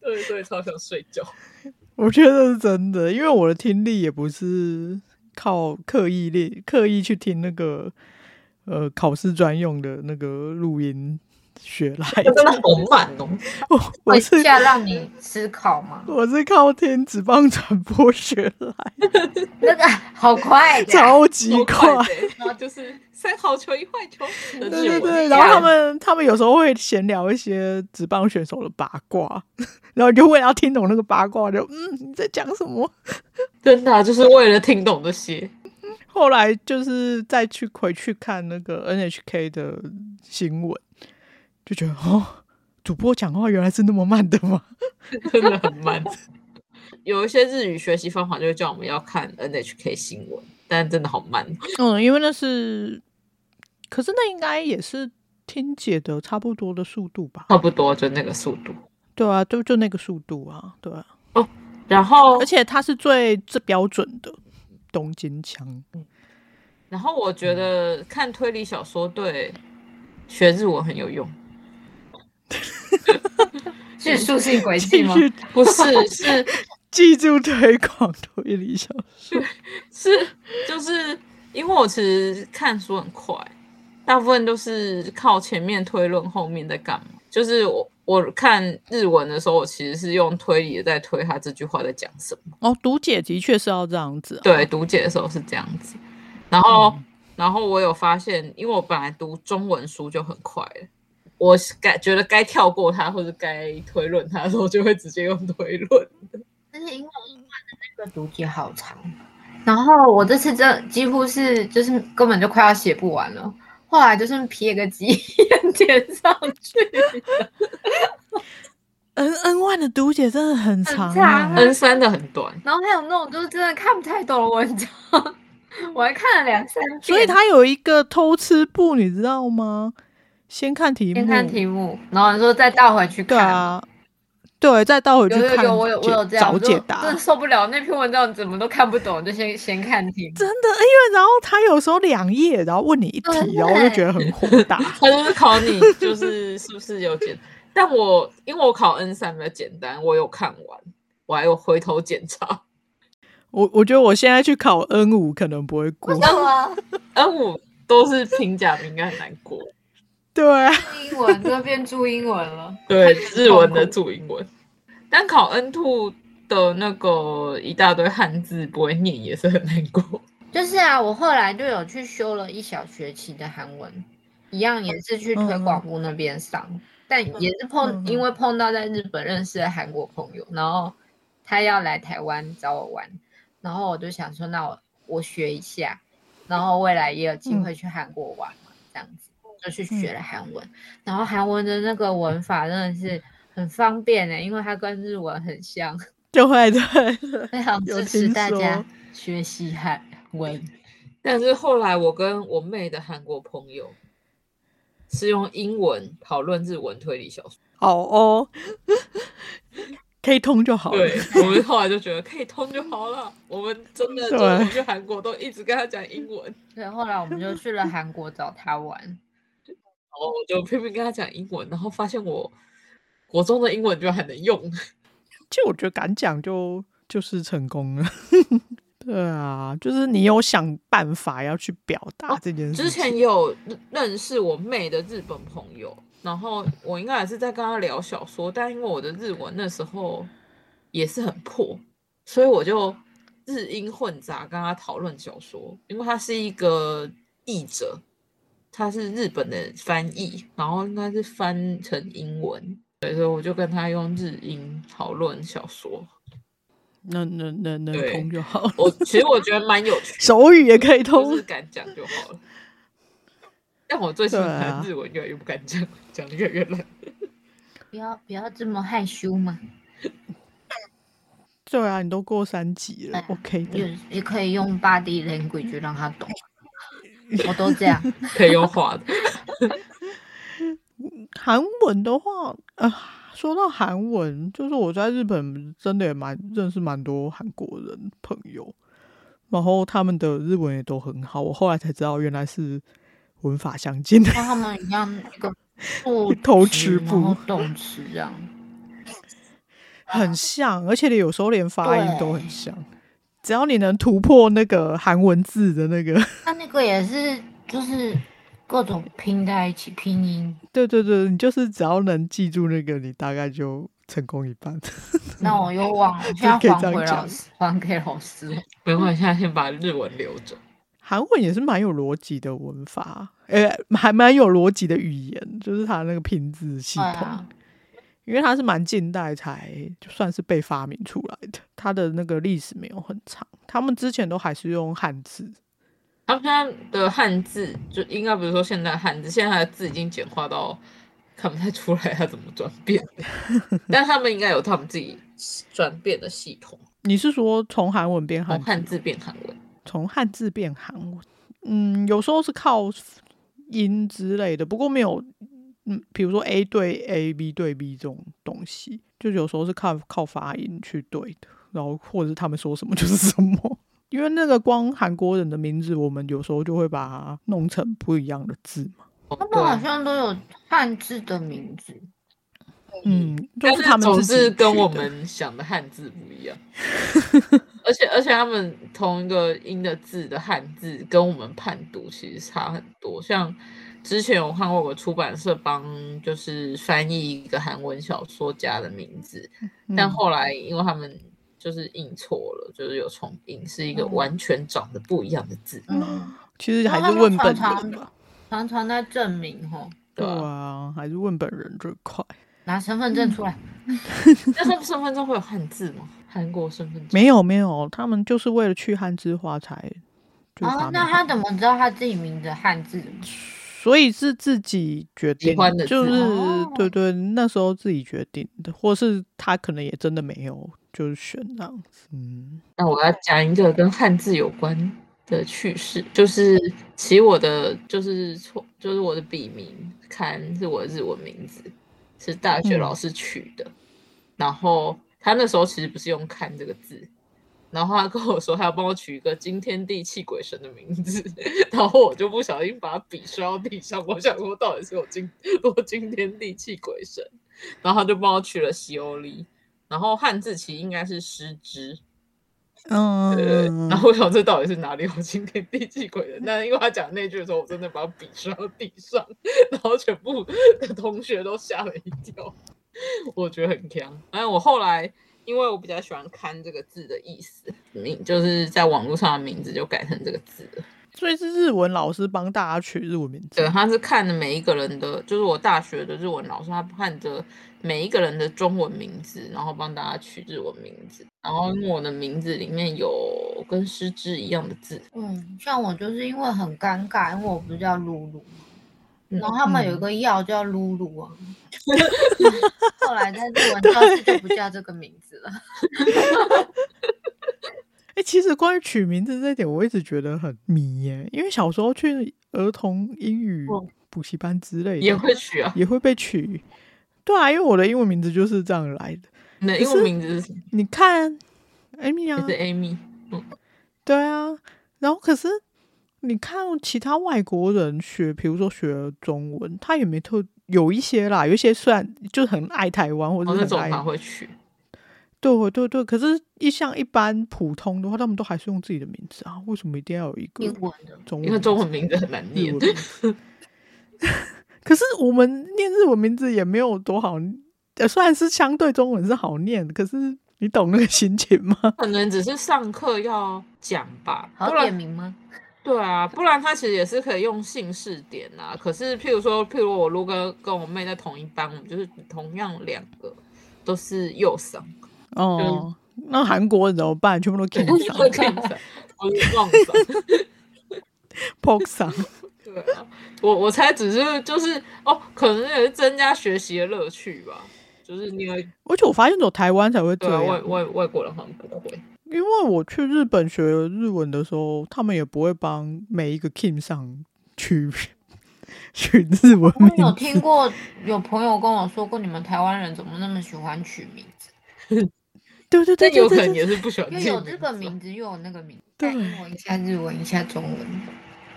S2: 对，所以超想睡 觉。
S1: 我觉得是真的，因为我的听力也不是靠刻意练、刻意去听那个呃考试专用的那个录音学来
S2: 它真的
S1: 的。
S2: 好慢哦，
S1: 我 我
S3: 会
S1: 是？
S3: 下让你思考吗
S1: 我是靠听纸棒传播学来，
S3: 那个 好快的啊，
S1: 超级
S2: 超
S1: 快。
S2: 的欸，然后就是三好球一坏球的
S1: 对对
S2: 日文。
S1: 对，然后他们他们有时候会闲聊一些职棒选手的八卦， 然后你就为了要听懂那个八卦，就嗯你在讲什么。
S2: 真的啊就是为了听懂这些。
S1: 后来就是再去回去看那个 NHK 的新闻，就 觉得哦，主播讲话原来是那么慢的吗？
S2: 真的很慢。 有一些日语学习方法就会叫我们要看 NHK 新闻，但真的好慢。
S1: 嗯，因为那是，可是那应该也是听解的差不多的速度吧？
S2: 差不多就那个速度。
S1: 对啊，就就那个速度啊，对啊，
S2: 然后
S1: 而，且它是最最标准的东京腔。
S2: 然后我觉得看推理小说对学日文很有用，
S3: 叙述性轨迹
S1: 继
S3: 吗？
S1: 续
S2: 不是是
S1: 记住推广推理小说，
S2: 是就是因为我其实看书很快，大部分都是靠前面推论后面在干嘛。就是我我看日文的时候，我其实是用推理的在推他这句话在讲什么。
S1: 哦，读解的确是要这样子、啊。
S2: 对，读解的时候是这样子。然后，
S3: 哦
S1: 嗯
S2: 然后我有发现，因为我本来读中文书就很快了，我是该觉得该跳过它或者该推论它的时候，就会直接用推论。
S3: 但是因为英文的那个读解好长，然后我这次这几乎是就是根本就快要写不完了，后来就是撇个几眼填上去，
S1: N N one 的读解真的很
S3: 很
S1: 长、
S3: 长
S1: 啊，
S3: 啊
S2: N 三的很短，
S3: 然后还有那种就是真的看不太懂的文章，我还看了两三遍，
S1: 所以它有一个偷吃步，你知道吗？先看题目，
S3: 先看题目，然后你说再倒回去
S1: 对
S3: 看。
S1: 啊，对，再倒回去
S3: 有有
S1: 看
S3: 有，我有我有
S1: 解
S3: 这样，
S1: 找
S3: 我就
S1: 解答，
S3: 真的受不了那篇文章，怎么都看不懂，就先先看题目。
S1: 真的，因为然后他有时候两页，然后问你一题，
S3: 对
S1: 然后我就觉得很火大。
S2: 它就是考你就是是不是有简。但我因为我考 N 三比较简单，我有看完，我还有回头检查。
S1: 我我觉得我现在去考 N 五可能不会 过，
S3: 啊，
S2: N 五都是平假名，应该很难过。
S1: 对啊，
S3: 英文这边注英文了，
S2: 对，日文的
S3: 痛苦
S2: 注英文。但考 N two 的那个一大堆汉字不会念也是很难 过。
S3: 就是啊，我后来就有去修了一小学期的韩文，一样也是去推广部那边上，但也是碰，
S1: 嗯
S3: 因为碰到在日本认识的韩国朋友，然后他要来台湾找我玩，然后我就想说，那我我学一下，然后未来也有
S1: 嗯
S3: 机会去韩国玩嘛，这样子就去学了韩文，然后韩文的那个文法真的是很方便呢、因为它跟日文很像，
S1: 就会对，对
S3: 非常
S1: 有
S3: 支持
S1: 听
S3: 大
S1: 说
S3: 家学习韩文。
S2: 但是后来我跟我妹的韩国朋友是用英文讨论日文推理小说，
S1: 好哦， 可以通就好了。
S2: 对我们后来就觉得可以通就好了。 我们真的
S1: 对
S2: 就是我们去韩国都一直跟她讲英文，
S3: 对，后来我们就去了韩国找他玩，
S2: 然后我就拼命跟她讲英文，然后发现我国中的英文居然还能用。
S1: 其实我觉得敢讲就就是成功了。 对啊，就是你有想办法要去表达
S2: 哦
S1: 这件事情。
S2: 之前也有认认识我妹的日本朋友，然后我应该也是在跟她聊小说，但因为我的日文那时候也是很破，所以我就日英混杂跟她讨论小说，因为她是一个译者，她是日本的翻译，然后应该是翻成英文，对，所以我就跟她用日英讨论小说。
S1: 能能能能
S2: 对
S1: 通就好 了，
S2: 我其实我觉得蛮有趣的，
S1: 手语也可以
S2: 就
S1: 通
S2: 是。敢讲就好了。但我最近
S1: 对啊
S2: 的日文越来越不敢讲，讲的越来越烂。
S3: 不要不要这么害羞嘛，
S1: 对啊，你都过三级了
S3: 哎
S1: ，OK 的。
S3: 也也可以用 body language 让他 懂，我都这样。
S2: 可以用画的，
S1: 韩文的话，呃，说到韩文，就是我在日本真的也蛮认识蛮多韩国人朋友，然后他们的日文也都很好。我后来才知道，原来是文法相近的。
S3: 像他们一样一个助
S1: 偷吃
S3: 词，然后
S1: 步
S3: 动词这样。
S1: 很像，而且你有时候连发音都很
S3: 对
S1: 像。只要你能突破那个韩文字的那个，
S3: 他那个也是就是各种拼在一起拼音，
S1: 对对对，你就是只要能记住那个，你大概就成功一半。
S3: 那我又 忘了，我现在
S1: 可以
S3: 还
S1: 这样
S3: 回老
S1: 讲
S3: 师，还给老师。
S2: 没关系，现在先把日文留着。
S1: 韩文也是蛮有逻辑的文法，呃、还蛮有逻辑的语言，就是它那个拼字系
S3: 对
S1: 统，
S3: 啊，
S1: 因为它是蛮近代才就算是被发明出来的，它的那个历史没有很长，他们之前都还是用汉字。
S2: 他们现在的汉字就应该不是说现在汉字，现在的字已经简化到看不太出来他怎么转变， 但他们应该有他们自己转变的系统，
S1: 你是说从韩文
S3: 哦
S1: 变
S2: 从
S1: 汉，
S2: 汉字变韩文。
S1: 从汉字变韩文？嗯，有时候是靠音之类的，不过没有，嗯，比如说 A 对 A，B 对 B 这种东西，就有时候是靠靠发音去对的，然后或者是他们说什么就是什么。 因为那个光韩国人的名字，我们有时候就会把它弄成不一样的字嘛。
S2: 哦
S3: 啊他们
S2: 对
S3: 好像都有汉字的名字，
S1: 嗯，就
S2: 但
S1: 他们
S2: 总
S1: 自己
S2: 是跟
S1: 取
S2: 我
S1: 的
S2: 们想的汉字不 一样，而且而且他们同一个音的字的汉字跟我们判读其实差很多。像之前我看过有个出版社帮就是翻译一个韩文小说家的名字，但
S1: 嗯
S2: 后来因为他们就是印错了，就是有重印，是一个
S1: 哦
S3: 嗯
S2: 完全长得不一样的字，
S3: 嗯，
S1: 其实
S3: 然后
S1: 还是
S3: 他们
S1: 问本
S3: 常
S1: 人
S3: 常
S1: 吧。
S3: 常常在证明吼，
S2: 对
S1: 对
S2: 吧、
S1: 啊，还是问本人最快。
S3: 拿身份证出来，
S2: 但是身份证会有汉字吗？韩国身份证
S1: 没有没有，他们就是为了去汉字化才就
S3: 啊，
S1: 发明
S3: 那他
S1: 汉
S3: 怎么知道他自己名字的汉字？
S1: 所以是自己决定
S2: 欢的
S1: 就
S2: 字
S1: 是、
S3: 哦
S1: 对对，那时候自己决定的，或是他可能也真的没有，就是选这样子。嗯，
S2: 那我要讲一个跟汉字有关的趣事，就是其实我的就是错，就是我的笔名看是我的日文名字，是大学
S1: 嗯
S2: 老师取的。然后他那时候其实不是用“看”这个字，然后他跟我说他要帮我取一个惊天地泣鬼神的名字，然后我就不小心把笔摔到地上，我想说到底是我惊我惊天地泣鬼神，然后他就帮我取了西欧利，然后汉字其实应该是失之。对，
S1: 嗯
S2: 呃然后我想这到底是哪里 有惊天地泣鬼神？但因为他讲那句的时候，我真的把笔摔到地上，然后全部的同学都吓了一跳，我觉得很强。但我后来因为我比较喜欢“看”这个字的意思，名就是在网络上的名字就改成这个字了。
S1: 所以是日文老师帮大家取日文名字
S2: 对，。他是看着每一个人的，就是我大学的日文老师，他看着每一个人的中文名字，然后帮大家取日文名字。然后因为我的名字里面有跟失之一样的字，
S3: 嗯，像我就是因为很尴尬，因为我不是叫露露，
S2: 嗯
S3: 然后他们有一
S1: 嗯
S3: 个药叫露露 啊，后来在日文教室就不叫这个名字了。
S1: 哎、其实关于取名字这一点，我一直觉得很迷耶，因为小时候去儿童英语
S2: 嗯
S1: 补习班之类的，
S2: 也会取啊。
S1: 也会被取。对啊，因为我的英文名字就是这样来的。
S2: 你的
S1: 可
S2: 英文
S1: 是
S2: 名字是什么？
S1: 你看，Amy
S2: 也
S1: 啊
S2: 是，Amy。
S1: 对啊，然后可是你看其他外国人学，比如说学中文，他也没特有一些啦，有一些虽然就很爱台湾或
S2: 哦，那
S1: 者很
S2: 种
S1: 爱，
S2: 他会取。
S1: 对对对，可是一像一般普通的话，他们都还是用自己的名字啊，为什么一定要有一个
S3: 英文的，
S1: 中文名字？
S2: 因为中文名字很难
S1: 日
S2: 念
S1: 文。名字可是我们念日文名字也没有多好，呃，虽然是相对中文是好念，可是你懂那个心情吗？
S2: 可能只是上课要讲吧，
S3: 好
S2: 不
S3: 点
S2: 然
S3: 名吗？
S2: 对啊，不然他其实也是可以用姓氏点啊。可是譬如说，譬如我如果跟我妹在同一班，我们就是同样两个都是右嗓，
S1: 哦，那韩国人怎么办？全部都 King
S2: 我
S1: 上、
S2: 是忘嗓。
S1: Pok 上，
S2: 对啊，我我猜只是就是哦，可能也是增加学习的乐趣吧。就是因为
S1: 而且我发现走台湾才会这
S2: 对啊，
S1: 样，
S2: 外外外国人好像不会。
S1: 因为我去日本学日文的时候，他们也不会帮每一个 King 上取 取日文
S3: 我
S1: 名字。
S3: 有听过有朋友跟我说过，你们台湾人怎么那么喜欢取名字？
S1: 对对对
S2: 但
S1: 对
S2: 有可
S1: 对
S2: 能
S1: 对
S2: 也是不喜欢
S3: 又
S2: 记
S3: 有这个
S2: 字啊
S3: 名字，又有那个名字，
S1: 对
S3: 带英文一下日文一下中文。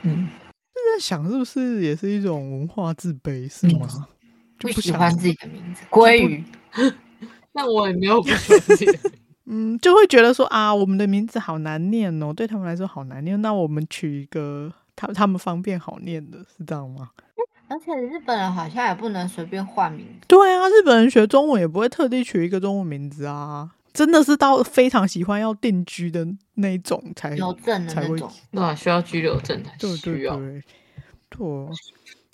S2: 嗯，
S1: 在想是不是也是一种文化自卑，是吗？就
S3: 不
S1: 不
S3: 嗯喜
S1: 想
S3: 欢自己的名字，鲑鱼。
S2: 但我也没有不喜欢自 己的名字。
S1: 嗯，就会觉得说啊，我们的名字好难念哦，对他们来说好难念。那我们取一个他他们方便好念的，是这样吗？
S3: 而且日本人好像也不能随便换名字，
S1: 对啊，日本人学中文也不会特地取一个中文名字啊，真的是到非常喜欢要定居的那一种才
S3: 有证的
S1: 才
S3: 那
S1: 会
S3: 种。
S2: 对啊，需要居留证才
S1: 对对
S2: 需要。
S1: 对对，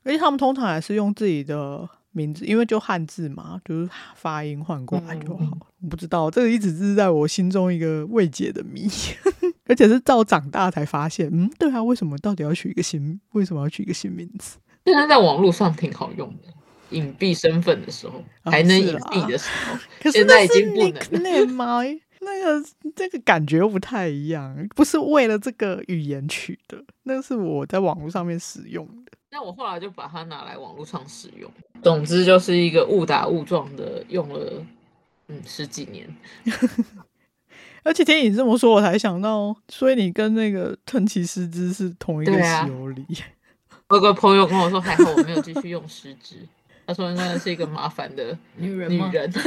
S1: 而且他们通常还是用自己的名字，因为就汉字嘛，就是发音换过
S2: 嗯
S1: 来就好。我不知道这个一直是在我心中一个未解的谜， 而且是到长大才发现，嗯，对啊，为什么到底要取一个新，为什么要取一个新名字？
S2: 现在在网络上挺好用的，隐蔽身份的时候，
S1: 哦
S2: 还能
S1: 是
S2: 隐
S1: 啦
S2: 蔽的时候，
S1: 可是
S2: 现
S1: 那
S2: 在
S1: 是
S2: 已经不能了
S1: nickname 吗？那个那个感觉不太一样，不是为了这个语言取的，那是我在网络上面使用的。
S2: 但我后来就把它拿来网络上使用。总之就是一个误打误撞的用了，嗯，十几年。
S1: 而且听你这么说，我才想到，所以你跟那个吞奇师之是同一个
S2: 对啊
S1: 西游里。
S2: 我有个朋友跟我说，还好我没有继续用食指。他说那是一个麻烦的
S3: 女人
S2: 女
S3: 吗？
S2: 人，
S1: 他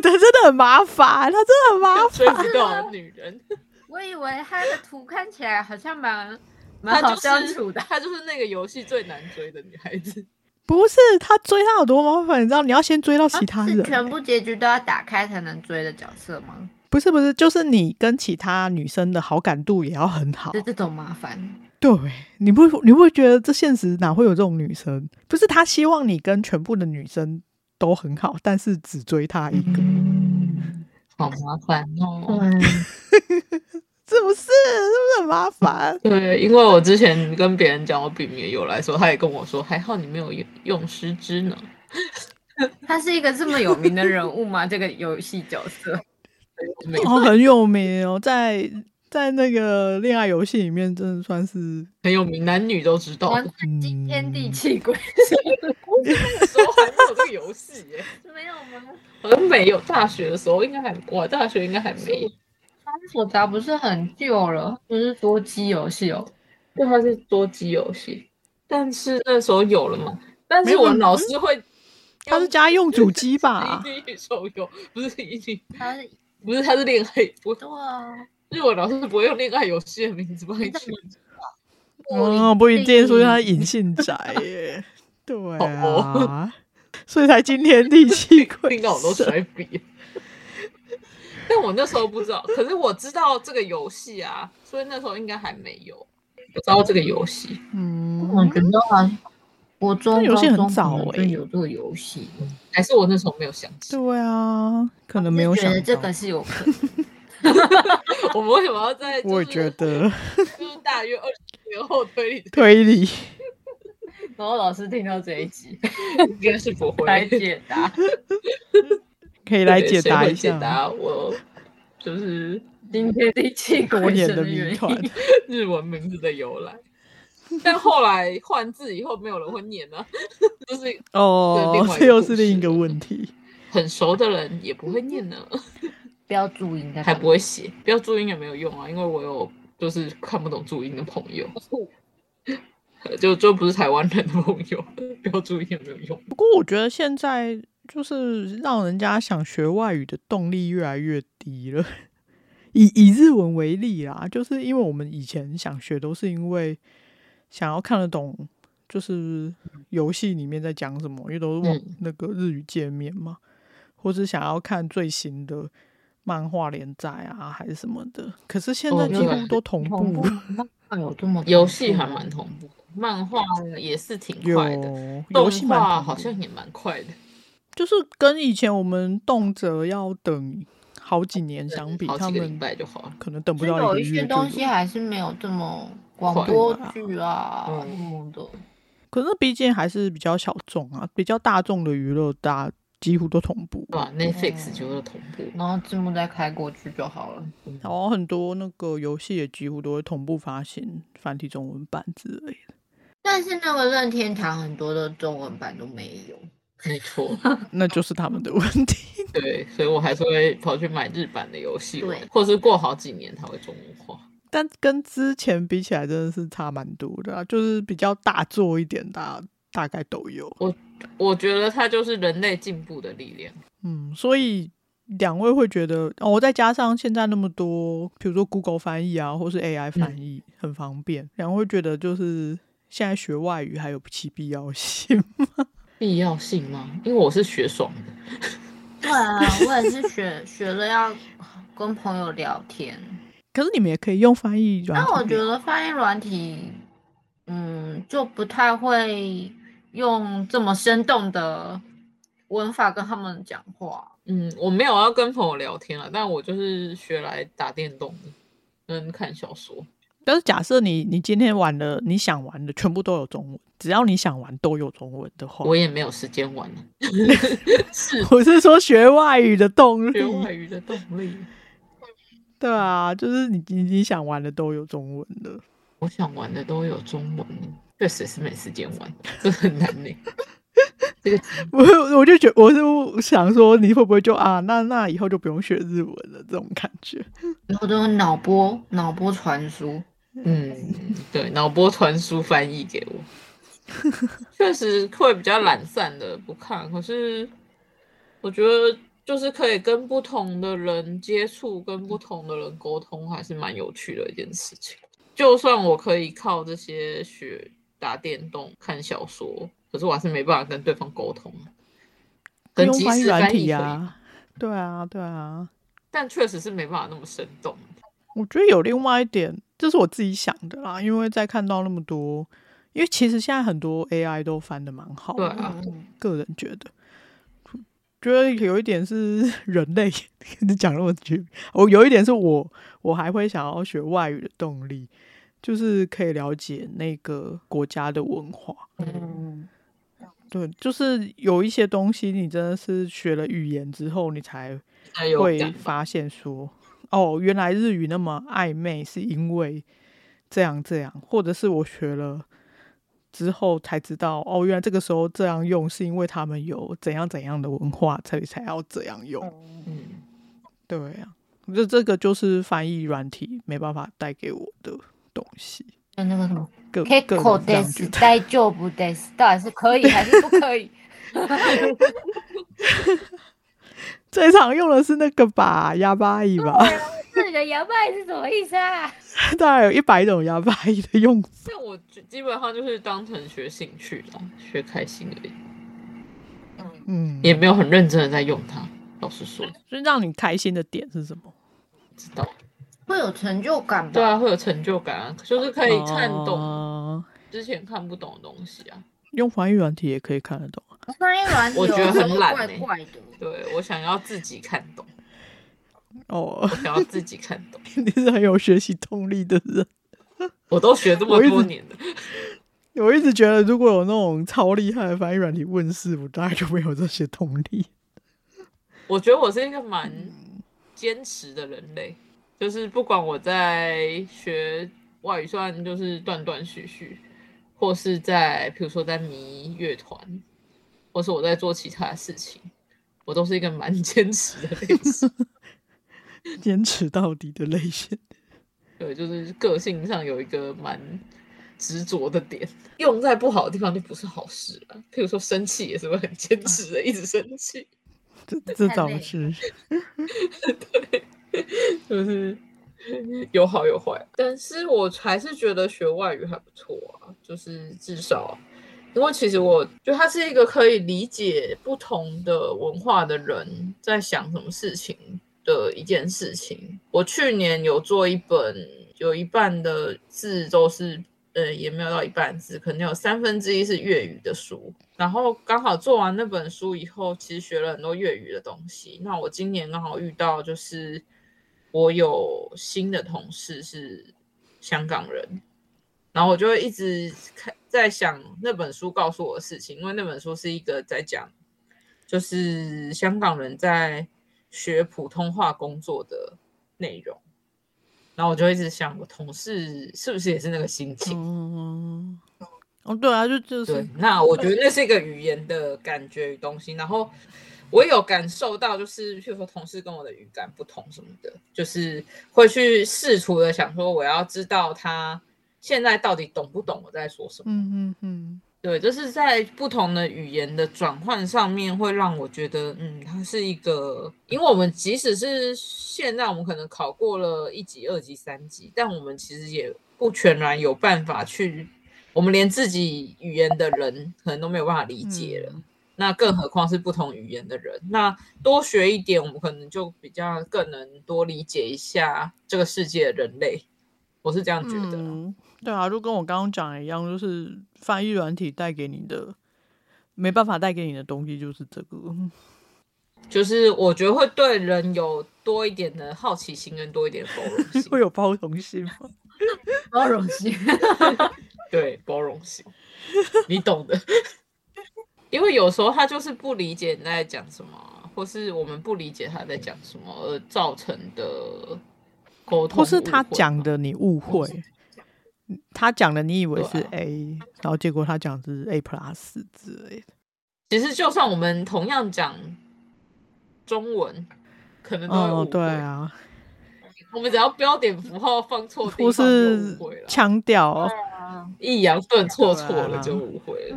S1: 真的很麻烦，他真的很麻
S2: 追不到的女人。
S3: 我以为他的图看起来好像蛮蛮
S2: 她
S3: 好
S2: 就
S3: 相
S2: 是
S3: 处的。
S2: 她就是那个游戏最难追的女孩子。
S1: 不是他追他有多麻烦，你知道你要先追到其他人
S3: 是、啊全部结局都要打开才能追的角色吗？
S1: 不是不是，就是你跟其他女生的好感度也要很好
S3: 就。这种麻烦，
S1: 对，你不你不觉得这现实哪会有这种女生？不是他希望你跟全部的女生都很好，但是只追他一个，
S2: 嗯
S1: 嗯
S2: 好麻烦哦。
S3: 嗯，
S1: 是不是？是不是很麻烦？
S2: 对，因为我之前跟别人讲我笔名由来的时候，他也跟我说，还好你没有用用失之呢。
S3: 他是一个这么有名的人物吗？这个游戏角色，
S2: 没
S1: 哦，很有名哦，在在那个恋爱游戏里面，真的算是嗯
S2: 很有名，男女都知道
S3: 完
S1: 哦
S2: 的。
S3: 蛋，惊天地泣鬼
S2: 那时候还没有这个游戏耶，
S3: 神，没有吗？
S2: 好像没有。大学的时候应该还，我大学应该还没有。
S3: 他所达不是很久了，不是多机游戏哦。
S2: 对，它是多机游戏，但是那时候有了嘛？但
S1: 没
S2: 是
S1: 有啊嗯
S2: 我老师会，
S1: 他是家用主机 吧？
S2: 一女手游，不是一女，
S3: 他是
S2: 不是，他是恋爱，不
S3: 对啊，
S2: 日文老师不会用恋爱游戏的名字帮你
S3: 你怎
S2: 取，
S1: 嗯，不一定，所以他隐性宅耶。 对啊，所以才惊天地泣鬼
S2: 哦 听到我都
S1: 神。
S2: 甩笔。 但我那时候不知道，可是我知道这个游戏啊，所以那时候应该还没有，我知道这个游戏。
S3: 我
S1: 嗯
S3: 觉，得好像我中
S1: 这游戏很
S3: 高中
S1: 早
S3: 可能就
S1: 欸
S3: 有这个游戏，
S2: 还是我那时候没有想起，
S1: 对啊，可能没有
S3: 就觉
S1: 想
S3: 得这
S1: 到
S3: 个。是有可能。
S2: 我们为什么要 在？
S1: 啊我也觉，得
S2: 就是大约二十年后推理，
S1: 推 理
S3: 然后老师听到这一集
S2: 应 该是不会
S3: 来解答，
S1: 可以来解答
S2: 谁
S1: 一
S2: 会解
S1: 下啊
S2: 答我就是
S3: 今天第 七
S1: 多
S3: 鬼
S1: 年
S3: 神
S1: 的
S3: 原
S1: 谜
S3: 因
S1: 团。
S2: 日文名字的由来。但后来换字以后，没有人会念了、 就是
S1: 哦
S2: 另外一，个
S1: 这又是
S2: 故事
S1: 另一个问题。
S2: 很熟的人也不会念呢，
S3: 不要注意，应该
S2: 还不会写，不要注音也没有用啊，因为我有就是看不懂注音的朋友，呃就就不是台湾人的朋友，不要注音也没有用。
S1: 不过我觉得现在就是让人家想学外语的动力越来越低了。以以日文为例啦，就是因为我们以前想学都是因为想要看得懂，就是游戏里面在讲什么，因为都是网
S2: 嗯
S1: 那个日语界面嘛，或是想要看最新的漫画连载啊，还是什么的。可是现在
S2: 哦
S1: 几
S2: 对
S1: 乎都同
S3: 同
S1: 步
S3: 步，吗有这么
S2: 游戏还
S3: 恐
S2: 蛮
S3: 怖
S2: 同步，漫画也是挺
S1: 有
S2: 快的，
S1: 游
S2: 动
S1: 戏蛮
S2: 画
S1: 同步
S2: 好像也蛮快的。
S1: 就是跟以前我们动辄要等好几年相比，
S2: 好
S1: 他
S2: 几个礼
S1: 们
S2: 拜就好了。
S1: 可能等不
S3: 就
S1: 到一
S3: 有
S1: 个
S3: 一
S1: 月
S3: 些
S1: 就
S3: 东西
S1: 有。
S3: 还是没有这么广
S2: 快
S3: 播
S1: 吧
S3: 剧啊
S2: 嗯
S3: 什么的。
S1: 可是毕竟还是比较小众啊，比较大众的娱乐，大家几乎都同步。
S2: 对吧？Netflix 啊就是同步，
S3: 然后字幕再开过去就好了。
S1: 然后很多那个游戏也几乎都会同步发行繁体中文版之类的。
S3: 但是那个任天堂很多的中文版都没有，
S2: 没错。
S1: 那就是他们的问题。
S2: 对，所以我还是会跑去买日版的游戏玩
S3: 对，
S2: 或是过好几年它会中文化。
S1: 但跟之前比起来，真的是差蛮多的、啊，就是比较大作一点，大家大概都有。
S2: 我觉得它就是人类进步的力量。
S1: 嗯，所以两位会觉得，哦，再加上现在那么多，比如说 Google 翻译啊，或是
S2: 嗯
S1: AI 翻译、很方便，两位会觉得就是现在学外语还有其必要性吗？
S2: 必要性吗？因为我是学爽的，
S3: 对啊，我也是学 学了要跟朋友聊天。
S1: 可是你们也可以用翻译软
S3: 但
S1: 体。
S3: 我觉得翻译软体，嗯，就不太会用这么生动的文法跟他们讲话。
S2: 嗯，我没有要跟朋友聊天了，但我就是学来打电动的，跟看小说。
S1: 但是假设你你今天玩的你想玩的全部都有中文，只要你想玩都有中文的话，
S2: 我也没有时间玩了。是
S1: 我是说学外语的动力
S2: 学，外语的动力，
S1: 对啊，就是你你你想玩的都有中文的。
S2: 我想玩的都有中文，确实是没时间玩， 这很难呢。这个
S1: 我我就觉我是想说，你会不会就啊，那那以后就不用学日文了这种感觉？
S3: 然后都是脑波脑波传输，
S2: 嗯，对，脑波传输翻译给 我，确实会比较懒散的不看。可是我觉得就是可以跟不同的人接触，跟不同的人沟通，还是蛮有趣的一件事情。就算我可以靠这些学打电动、看小说，可是我还是没办法跟对方沟通啊。跟
S1: 用
S2: 即
S1: 翻译
S2: 时
S1: 软
S2: 翻译
S1: 体
S2: 可以，
S1: 啊，对啊，对啊。
S2: 但确实是没办法那么生动。
S1: 我觉得有另外一点，这是我自己想的啦，因为在看到那么多，因为其实现在很多 AI 都翻的蛮好
S2: 对
S1: 的，
S2: 啊，
S4: 嗯
S1: 个人觉得，觉得有一点是人类， 你讲那么久，我有一点是我我还会想要学外语的动力，就是可以了解那个国家的文化。
S3: 嗯，
S1: 对，就是有一些东西，你真的是学了语言之后，你才
S2: 才有
S1: 会
S2: 感吧
S1: 发现说，哦，原来日语那么暧昧，是因为这样这样，或者是我学了之后才知道，哦，原来这个时候这样用是因为他们有怎样怎样的文化，才才要这样用。
S2: 嗯。
S1: 对呀、啊，这这个就是翻译软体没办法带给我的东西。
S3: 就那个什么
S1: 个个
S4: k
S1: 人
S4: e 口
S1: 这样
S4: des
S1: 觉得
S4: 大丈夫 des，到底是可以还是不可以？
S1: 最常用的是那个吧，哑巴语吧，
S4: 这里的摇摆是什么意思啊？
S1: 大概有一百种哑巴语的用法。
S2: 但我基基本上就是当成学兴趣啦，学开心而已，
S1: 嗯，
S2: 也没有很认真的在用它。老实说，
S1: 就是让你开心的点是什么？
S2: 知道
S3: 会有成就感吧？
S2: 对啊，会有成就感啊，就是可以看懂
S1: 哦
S2: 之前看不懂的东西啊。
S1: 用翻译软体也可以看得懂啊。
S3: 翻译软体
S2: 我觉得
S3: 有时候
S2: 很懒
S3: 怪
S2: 欸
S3: 怪的，
S2: 对我想要自己看懂，
S1: 哦
S2: 我，想要自己看懂，
S1: 你是很有学习动力的人。
S2: 我都学这么
S1: 我一直
S2: 多年了，
S1: 我一直觉得，如果有那种超厉害的翻译软体问世，我大概就没有这些动力。
S2: 我觉得我是一个蛮坚持的人类，就是不管我在学外语，虽然就是断断续续，或是在比如说在迷乐团，或是我在做其他的事情，我都是一个蛮坚持的类型。
S1: 坚持到底的类型，
S2: 对，就是个性上有一个蛮执着的点，用在不好的地方就不是好事了。譬如说生气也是会很坚持的，一直生气，
S1: 这这
S3: 太累
S1: 倒
S3: 了
S1: 是
S2: 就是有好有坏。但是我还是觉得学外语还不错啊，就是至少，因为其实我觉得他是一个可以理解不同的文化的人在想什么事情的一件事情。我去年有做一本，有一半的字都是。呃，也没有到一半字，可能有三分之一是粤语的书。然后刚好做完那本书以后，其实学了很多粤语的东西。那我今年刚好遇到，就是我有新的同事是香港人，然后我就会一直看在想那本书告诉我的事情，因为那本书是一个在讲就是香港人在学普通话工作的内容。然后我就一直想，我同事是不是也是那个心情？
S1: 嗯，哦，对啊，就就是
S2: 对，那我觉得那是一个语言的感觉与东西。然后我有感受到，就是譬如说同事跟我的语感不同什么的，就是会去试图的想说，我要知道他现在到底懂不懂我在说什么。
S1: 嗯嗯嗯，
S2: 对，就是在不同的语言的转换上面，会让我觉得，嗯，它是一个，因为我们即使是现在，我们可能考过了一级、二级、三级，但我们其实也不全然有办法去，我们连自己语言的人可能都没有办法理解了，
S1: 嗯
S2: 那更何况是不同语言的人。那多学一点，我们可能就比较更能多理解一下这个世界的人类，我是这样觉得啦。
S1: 嗯，对啊，就跟我刚刚讲的一样，就是翻译软体带给你的没办法带给你的东西就是这个。
S2: 就是我觉得会对人有多一点的好奇心跟多一点包容
S1: 会
S2: 心。
S1: 有包容性吗？
S3: 包容性。
S2: 对，包容性，你懂的。 因为有时候他就是不理解你在讲什么，啊或是我们不理解他在讲什么而造成的沟 通，
S1: 或是他讲，的你误会，他讲的你以为是
S2: 对啊
S1: A，、然后结果他讲的是 A plus 之类的。
S2: 其实就算我们同样讲中文，可能都会误
S1: 哦，
S2: 会
S1: 对，啊，
S2: 我们只要标点符号放错地
S1: 或
S2: 方就是误会了，
S1: 腔调，哦
S2: 抑扬顿挫错
S1: 对
S2: 了
S1: 啊
S2: 就误会了。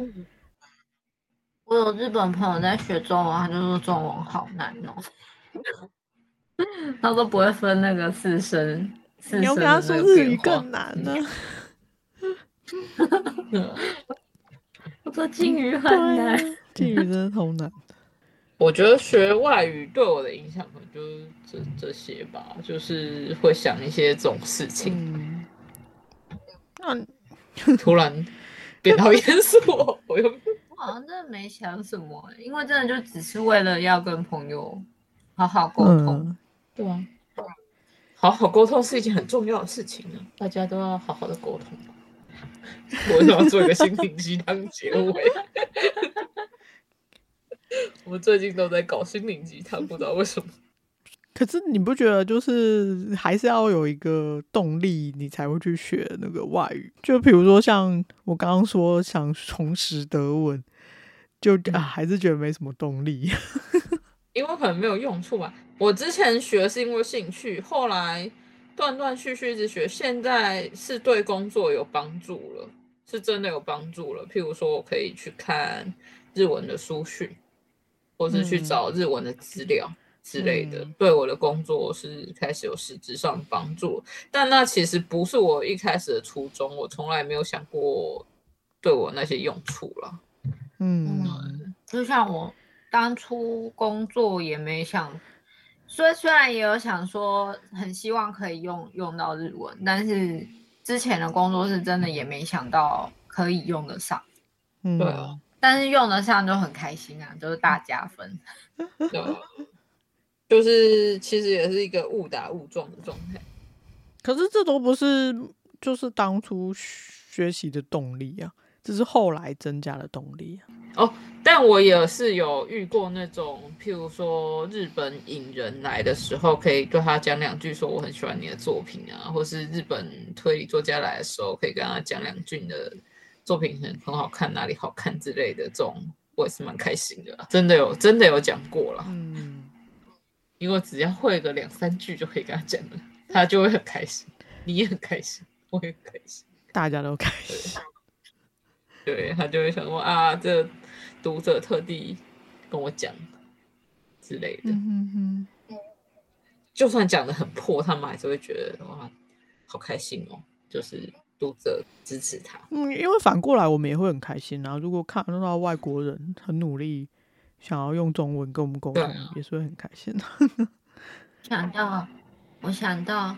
S3: 我有日本朋友在学中文，他就说中文好难哦， 他都不会分那个四声。四
S1: 你要
S3: 声
S1: 跟他
S3: 的
S1: 说
S3: 那个
S1: 日
S3: 变
S1: 语
S3: 化
S1: 更难啊呢、
S3: 我说金鱼很
S1: 对
S3: 难
S1: 啊。，敬语真的超难。
S2: 我觉得学外语对我的影响可能就是这这些吧，就是会想一些这种事 情，
S1: 嗯，那
S2: 突然变到严肃，我又
S3: 我好像真的没想什么欸、因为真的就只是为了要跟朋友好好沟通。
S1: 嗯，
S2: 对啊，好好沟通是一件很重要的事情呢，大家都要好好的沟通。我想要做一个心灵鸡汤结尾。 我们最近都在搞心灵鸡汤，不知道为什么。
S1: 可是你不觉得就是还是要有一个动力，你才会去学那个外语？就比如说像我刚刚说想重拾德文，就、啊、还是觉得没什么动力。
S2: 因为可能没有用处吧。我之前学是因为兴趣，后来断断续续一直学，现在是对工作有帮助了，是真的有帮助了。譬如说，我可以去看日文的书讯，或是去
S1: 嗯
S2: 找日文的资料之类的，
S1: 嗯
S2: 对我的工作是开始有实质上的帮助。但那其实不是我一开始的初衷，我从来没有想过对我那些用处了。
S1: 嗯，
S3: 就像我当初工作也没想，虽虽然也有想说很希望可以用用到日文，但是之前的工作是真的也没想到可以用得上，
S1: 嗯
S2: 对啊
S3: 但是用得上就很开心啊，就是大加分。
S2: 对，啊就是其实也是一个误打误撞的状态。
S1: 可是这都不是就是当初学习的动力啊，这是后来增加的动力、啊。
S2: 但我也是有遇过那种，譬如说日本引人来的时候，可以对他讲两句，说我很喜欢你的作品啊，或是日本推理作家来的时候，可以跟他讲两句你的作品很很好看，哪里好看之类的，这种我也是蛮开心的啦。真的有真的有讲过啦，
S1: 嗯，
S2: 因为只要会个两三句就可以跟他讲了，他就会很开心，你也很开心，我也很开心。
S1: 大家都开心。
S2: 对他就会想说啊，这读者特地跟我讲之类的，
S1: 嗯哼
S2: 就算讲的很破，他们还是会觉得哇，好开心哦，就是读者支持他。
S1: 嗯，因为反过来我们也会很开心啊。如果看到外国人很努力，想要用中文跟我们沟通
S2: 对啊，
S1: 也是会很开心的。
S3: 想到，我想到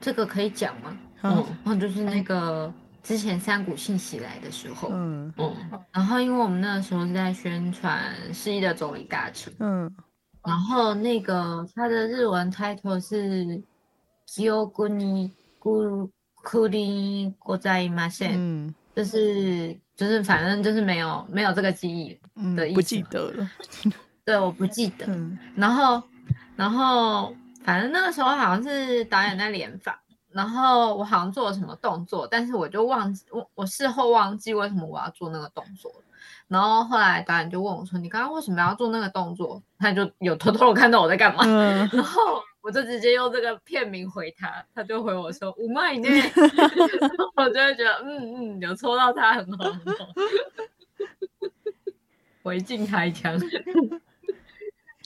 S3: 这个可以讲吗？
S1: 啊
S2: 嗯
S3: 嗯，就是那个之前山谷信息来的时候，
S1: 嗯
S2: 嗯，
S3: 然后因为我们那时候是在宣传失忆的总理大臣，
S1: 嗯
S3: 然后那个它的日文 title 是 k i o g u ni gu kuri g o z a i m a s e n
S1: 嗯
S3: 就是就是反正就是没有没有这个记忆，的
S1: 嗯，
S3: 意
S1: 不
S3: 思
S1: 记
S3: 嘛
S1: 得了。
S3: 对，我不记得。
S1: 嗯
S3: 然后，然后，反正那个时候好像是导演在联访，然后我好像做了什么动作，但是我就忘记，我我事后忘记为什么我要做那个动作了然后后来导演就问我说：“你刚刚为什么要做那个动作？”他就有偷偷地看到我在 干嘛，
S1: 嗯，
S3: 然后我就直接用这个片名回他，他就回我说：“五麦内。”我就会觉得，嗯嗯，有戳到他很好，很好回敬他一枪。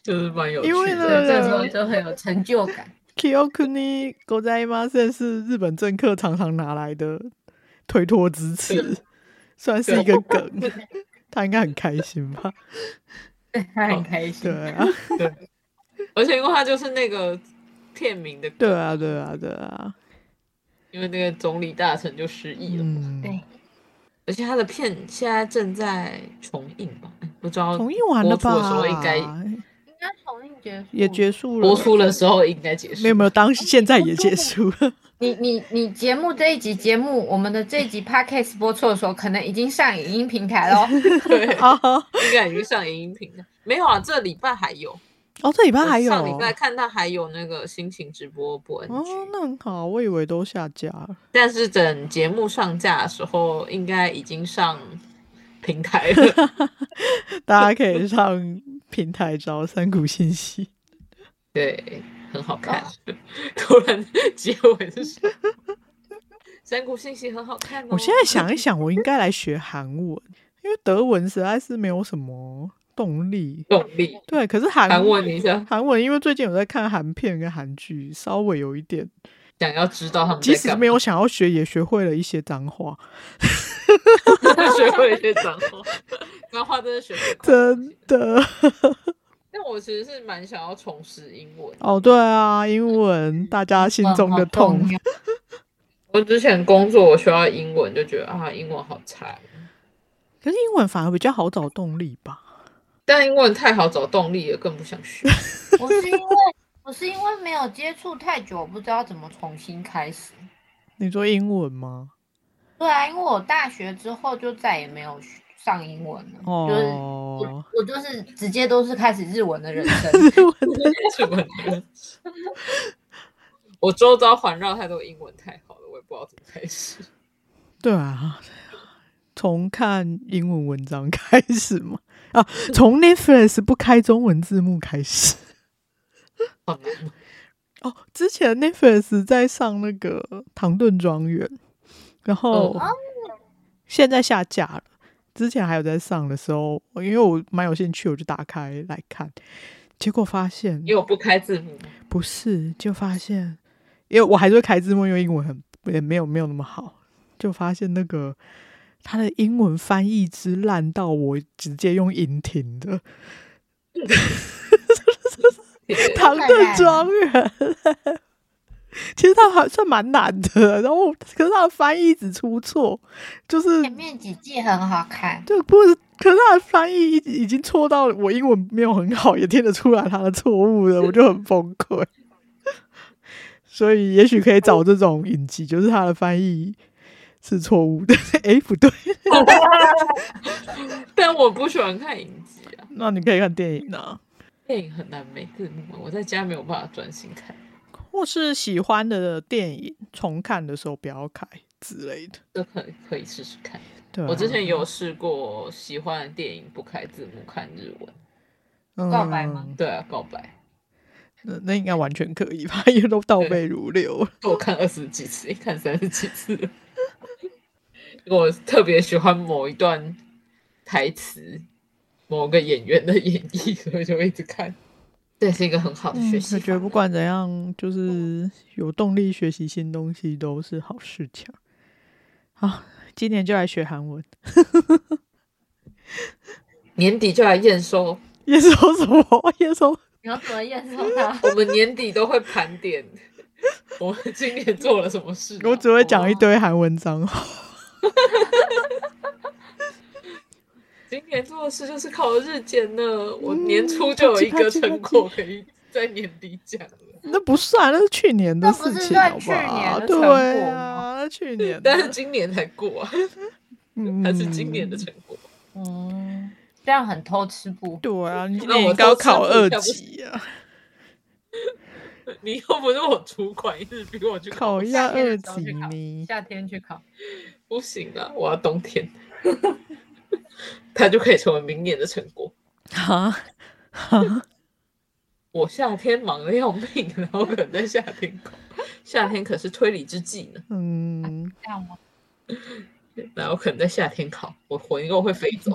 S2: 就是蛮有趣
S1: 因
S2: 的。
S1: 为呢
S3: 对，这
S1: 个
S3: 时候就很有成就感。
S1: Kyokuni g o z a i m a s e n 是日本政客常常拿来的推脱之词，算是一个梗。他应该很开心吧？
S3: 他 很开心。
S1: 对啊，
S2: 而且因为他就是那个片名的，
S1: 对啊，对啊，对啊。
S2: 因为那个总理大臣就失忆了，
S1: 嗯，
S3: 对
S2: 而且他的片现在正在重映吧，哎不知道
S1: 重映完了
S2: 播出的时候
S1: 吧？
S2: 应该
S3: 应该重映结束
S1: 也结束了，
S2: 播出的时候应该结束。
S1: 没有没有，当现在也结束了。
S3: 你你你节目这一集节目，我们的这一集 podcast 播出的时候，可能已经上影音平台 喽。
S2: 对，
S1: 哦，
S2: 应该已经上影音频了。没有啊，这礼拜还有，
S1: 哦，这礼拜还有
S2: 我上礼拜看到还有那个心情直播播 N 剧、
S1: 哦，那很好，我以为都下架了。
S2: 但是等节目上架的时候，应该已经上平台 了。
S1: 大家可以上平台找三股信 息。
S2: 对，很好看。
S1: 哦
S2: 突然 结尾是什么？山谷信息很好看哦。
S1: 我现在想一想，我应该来学韩文，因为德文实在是没有什么动力。
S2: 动力，
S1: 对，可是韩
S2: 韩文一下，
S1: 韩文，因为最近有在看韩片跟韩剧，稍微有一点，
S2: 想要知道他们在
S1: 即使
S2: 干
S1: 没
S2: 嘛
S1: 有想要学，也学会了一些脏话。
S2: 学会一些脏话，脏话真的学会快东
S1: 真
S2: 西。
S1: 的，
S2: 但我其实是蛮想要重拾英文。
S1: 哦，对啊，英文大家心中的痛。
S3: 嗯好重要
S2: 我之前工作我需要英文，就觉得啊，英文好差。
S1: 可是英文反而比较好找动力吧？
S2: 但英文太好找动力了，更不想学。
S3: 我是因为我是因为没有接触太久，不知道怎么重新开始。
S1: 你说英文吗？
S3: 对啊，因为我大学之后就再也没有学上英文了，就是
S1: 哦
S3: 我，我就是直接都是开始日文的人生。
S2: 什么呢？ 我周遭环绕太多英文太好了，我也不知道怎么开始。
S1: 对啊，从看英文文章开始嘛， 啊，从 Netflix 不开中文字幕开始。
S2: 好难哦，
S1: 哦，之前 Netflix 在上那个《唐顿庄园》，然后
S3: 哦
S2: 嗯
S1: 现在下架了。之前还有在上的时候，因为我蛮有兴趣，我就打开来看，结果发现
S2: 因为我不开字幕嘛，
S1: 不是，就发现，因为我还是会开字幕，因为英文很也没有没有那么好，就发现那个他的英文翻译之烂到我直接用引挺的《唐顿庄园》欸。其实他还算蛮难的，然后可是他的翻译一直出错，就是
S3: 前面几季很好看，
S1: 就不是，可是他的翻译已已经错到我英文没有很好，也听得出来他的错误了，我就很崩溃。所以也许可以找这种影集，就是他的翻译是错误的， 诶，不对，
S2: 但我不喜欢看影集啊，
S1: 那你可以看电影啊，
S2: 电影很难没字幕啊，我在家没有办法专心看。
S1: 或是喜欢的电影重看的时候不要开之类的。
S2: 这可可以试试看。
S1: 对啊、
S2: 我之前有试过喜欢的电影不开字幕看日文，
S3: 告白吗
S1: 嗯
S2: 对啊，告白，
S1: 那那应该完全可以吧，因为都倒背如流了。
S2: 我看二十几次，看三十几次。 我特别喜欢某一段台词，某个演员的演绎， 所以就一直看。这也是一个很好的学
S1: 嗯
S2: 习
S1: 我
S2: 法
S1: 觉
S2: 门、
S1: 得不管怎样，就是有动力学习新东西都是好事情。好，今年就来学韩文，
S2: 年底就来验收，
S1: 验收什么？验收
S3: 你要怎么验收它？
S2: 我们年底都会盘点 我们今年做了什么事、啊
S1: 我只会讲一堆韩文章。
S2: 今年做的事就是考日检呢，
S1: 嗯
S2: 我年初就有一个成果可以在年底讲了，
S1: 那不算，那是去年的
S3: 那不
S1: 事
S3: 是
S1: 情，
S3: 算
S1: 好不
S3: 去年
S1: 好？
S3: 的成果
S1: 对啊，那去年的，
S2: 但是今年才过啊，
S1: 嗯
S2: 还是今年的成果。
S3: 嗯，这样很偷吃不？
S1: 对啊，你今
S2: 那
S1: 年
S2: 我
S1: 应该要
S2: 都
S1: 考
S2: 撑
S1: 二
S2: 不下不
S1: 级啊，
S2: 你又不是我主管，一直逼我去
S1: 考一下
S3: 夏天
S1: 二
S3: 的时候
S1: 级
S3: 去考
S1: 呢。
S3: 夏天去考，
S2: 不行啊，我要冬天， 它就可以成为明年的成果。
S1: 啊啊！
S2: 我夏天忙得要命，然后可能在夏天考，夏天可是推理之计呢，
S1: 嗯，
S3: 这样我
S2: 然后可能在夏天考，我魂又会飞走，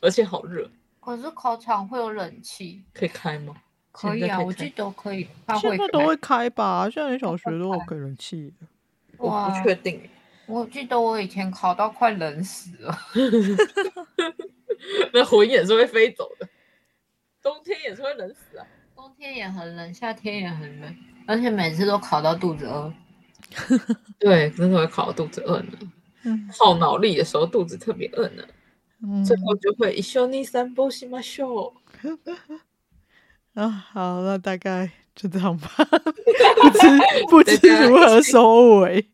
S2: 而且好热，
S3: 可是考场会有冷气，
S2: 可以开吗？
S3: 可以
S2: 现在
S3: 啊，
S2: 可以
S3: 我
S2: 开
S3: 记得可以，它
S1: 现
S3: 会
S1: 在都会
S3: 开
S1: 开吧？现在连小学都有给人气。
S2: 我
S3: 哇
S2: 不确定，
S3: 我记得我以前考到快冷死了，
S2: 那魂也是会飞走的，冬天也是会冷死啊。
S3: 冬天也很冷，夏天也很冷，而且每次都考到肚子 饿。
S2: 对，真的会考肚子饿呢，
S1: 嗯
S2: 耗脑力的时候肚子特别饿呢，
S1: 嗯
S2: 最后就会一休你三波西马秀。
S1: 啊，好，那大概就这样 吧，不知不知如何收尾。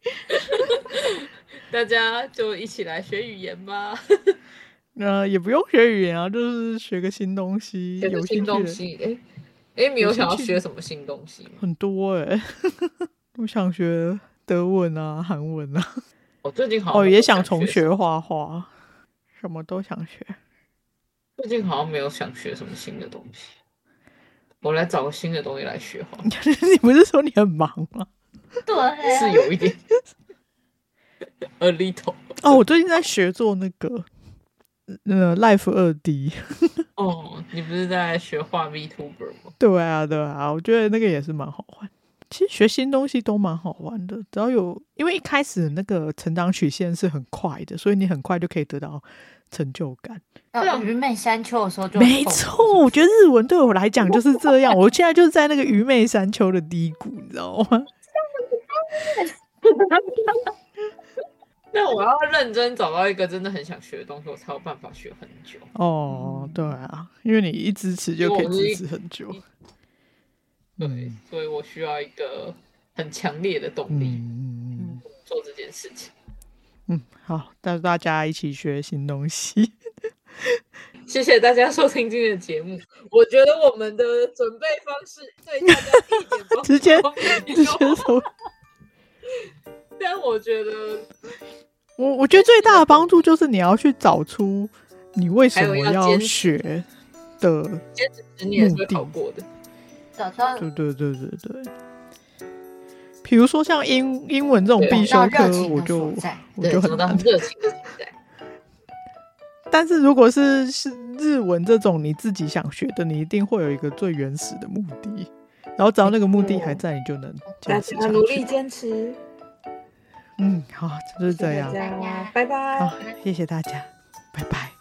S2: 大家就一起来学语言 吧，
S1: 呃，也不用学语言啊，就是学个新东西，
S2: 学个
S1: 有
S2: 新
S1: 兴趣
S2: 东
S1: 的
S2: 西。哎、诶你
S1: 有
S2: 有
S1: 兴
S2: 想要
S1: 趣
S2: 学什么新东西吗？
S1: 很多哎、 我想学德文啊、韩文啊，
S2: 我最近好像
S1: 哦，
S2: 没
S1: 也
S2: 有
S1: 想重
S2: 学什么，
S1: 学画画，什么都想学。
S2: 最近好像没有想学什么新的东西。我来找个新的东西来学 好了，
S1: 你不是说你很忙吗？
S4: 对啊
S2: 是，有一点，a little。
S1: 哦，我最近在学做那个，呃，Life 二 D。
S2: 哦，你不是在学画 Vtuber 吗？
S1: 对啊，对啊，我觉得那个也是蛮好玩。其实学新东西都蛮好玩的，只要有，因为一开始那个成长曲线是很快的，所以你很快就可以得到成就感。
S4: 要愚昧山丘的时候就很
S1: 没
S4: 痛苦
S1: 错，我觉得日文对我来讲就是这样。我现在就是在那个愚昧山丘的低谷，你知道吗？
S2: 那我要认真找到一个真的很想学的东西，我才有办法学很久。
S1: 哦，对啊，因为你一支持就可以支持很久。嗯
S2: 对，所以我需要一个很强烈的动力
S1: 嗯
S2: 做这件事情。
S1: 嗯，好，带大家一起学新东西。
S2: 谢谢大家收听今天的节目。我觉得我们的准备方式对大家一点帮助
S1: 直接
S2: 没
S1: 这些
S2: 有，
S1: 什么？
S2: 但我觉得
S1: 我我觉得最大的帮助就是你要去找出你为什么要学的，
S2: 坚持十年也是会好过的。
S4: 早上
S1: 对对对对对。比如说像英英文这种
S2: 对
S1: 必修
S4: 找到热
S1: 课，
S4: 情
S1: 我
S4: 的
S1: 就
S4: 所在，
S1: 我
S2: 对，
S1: 就
S2: 找
S1: 很
S2: 到
S1: 难。
S2: 热情的存在。
S1: 但是如果是是日文这种你自己想学的，你一定会有一个最原始的目的，然后只要那个目的还在，你就能坚持下去。
S5: 坚持，
S1: 嗯，好，就是这样。啊
S5: 大家拜拜
S1: 好，谢谢大家，拜拜。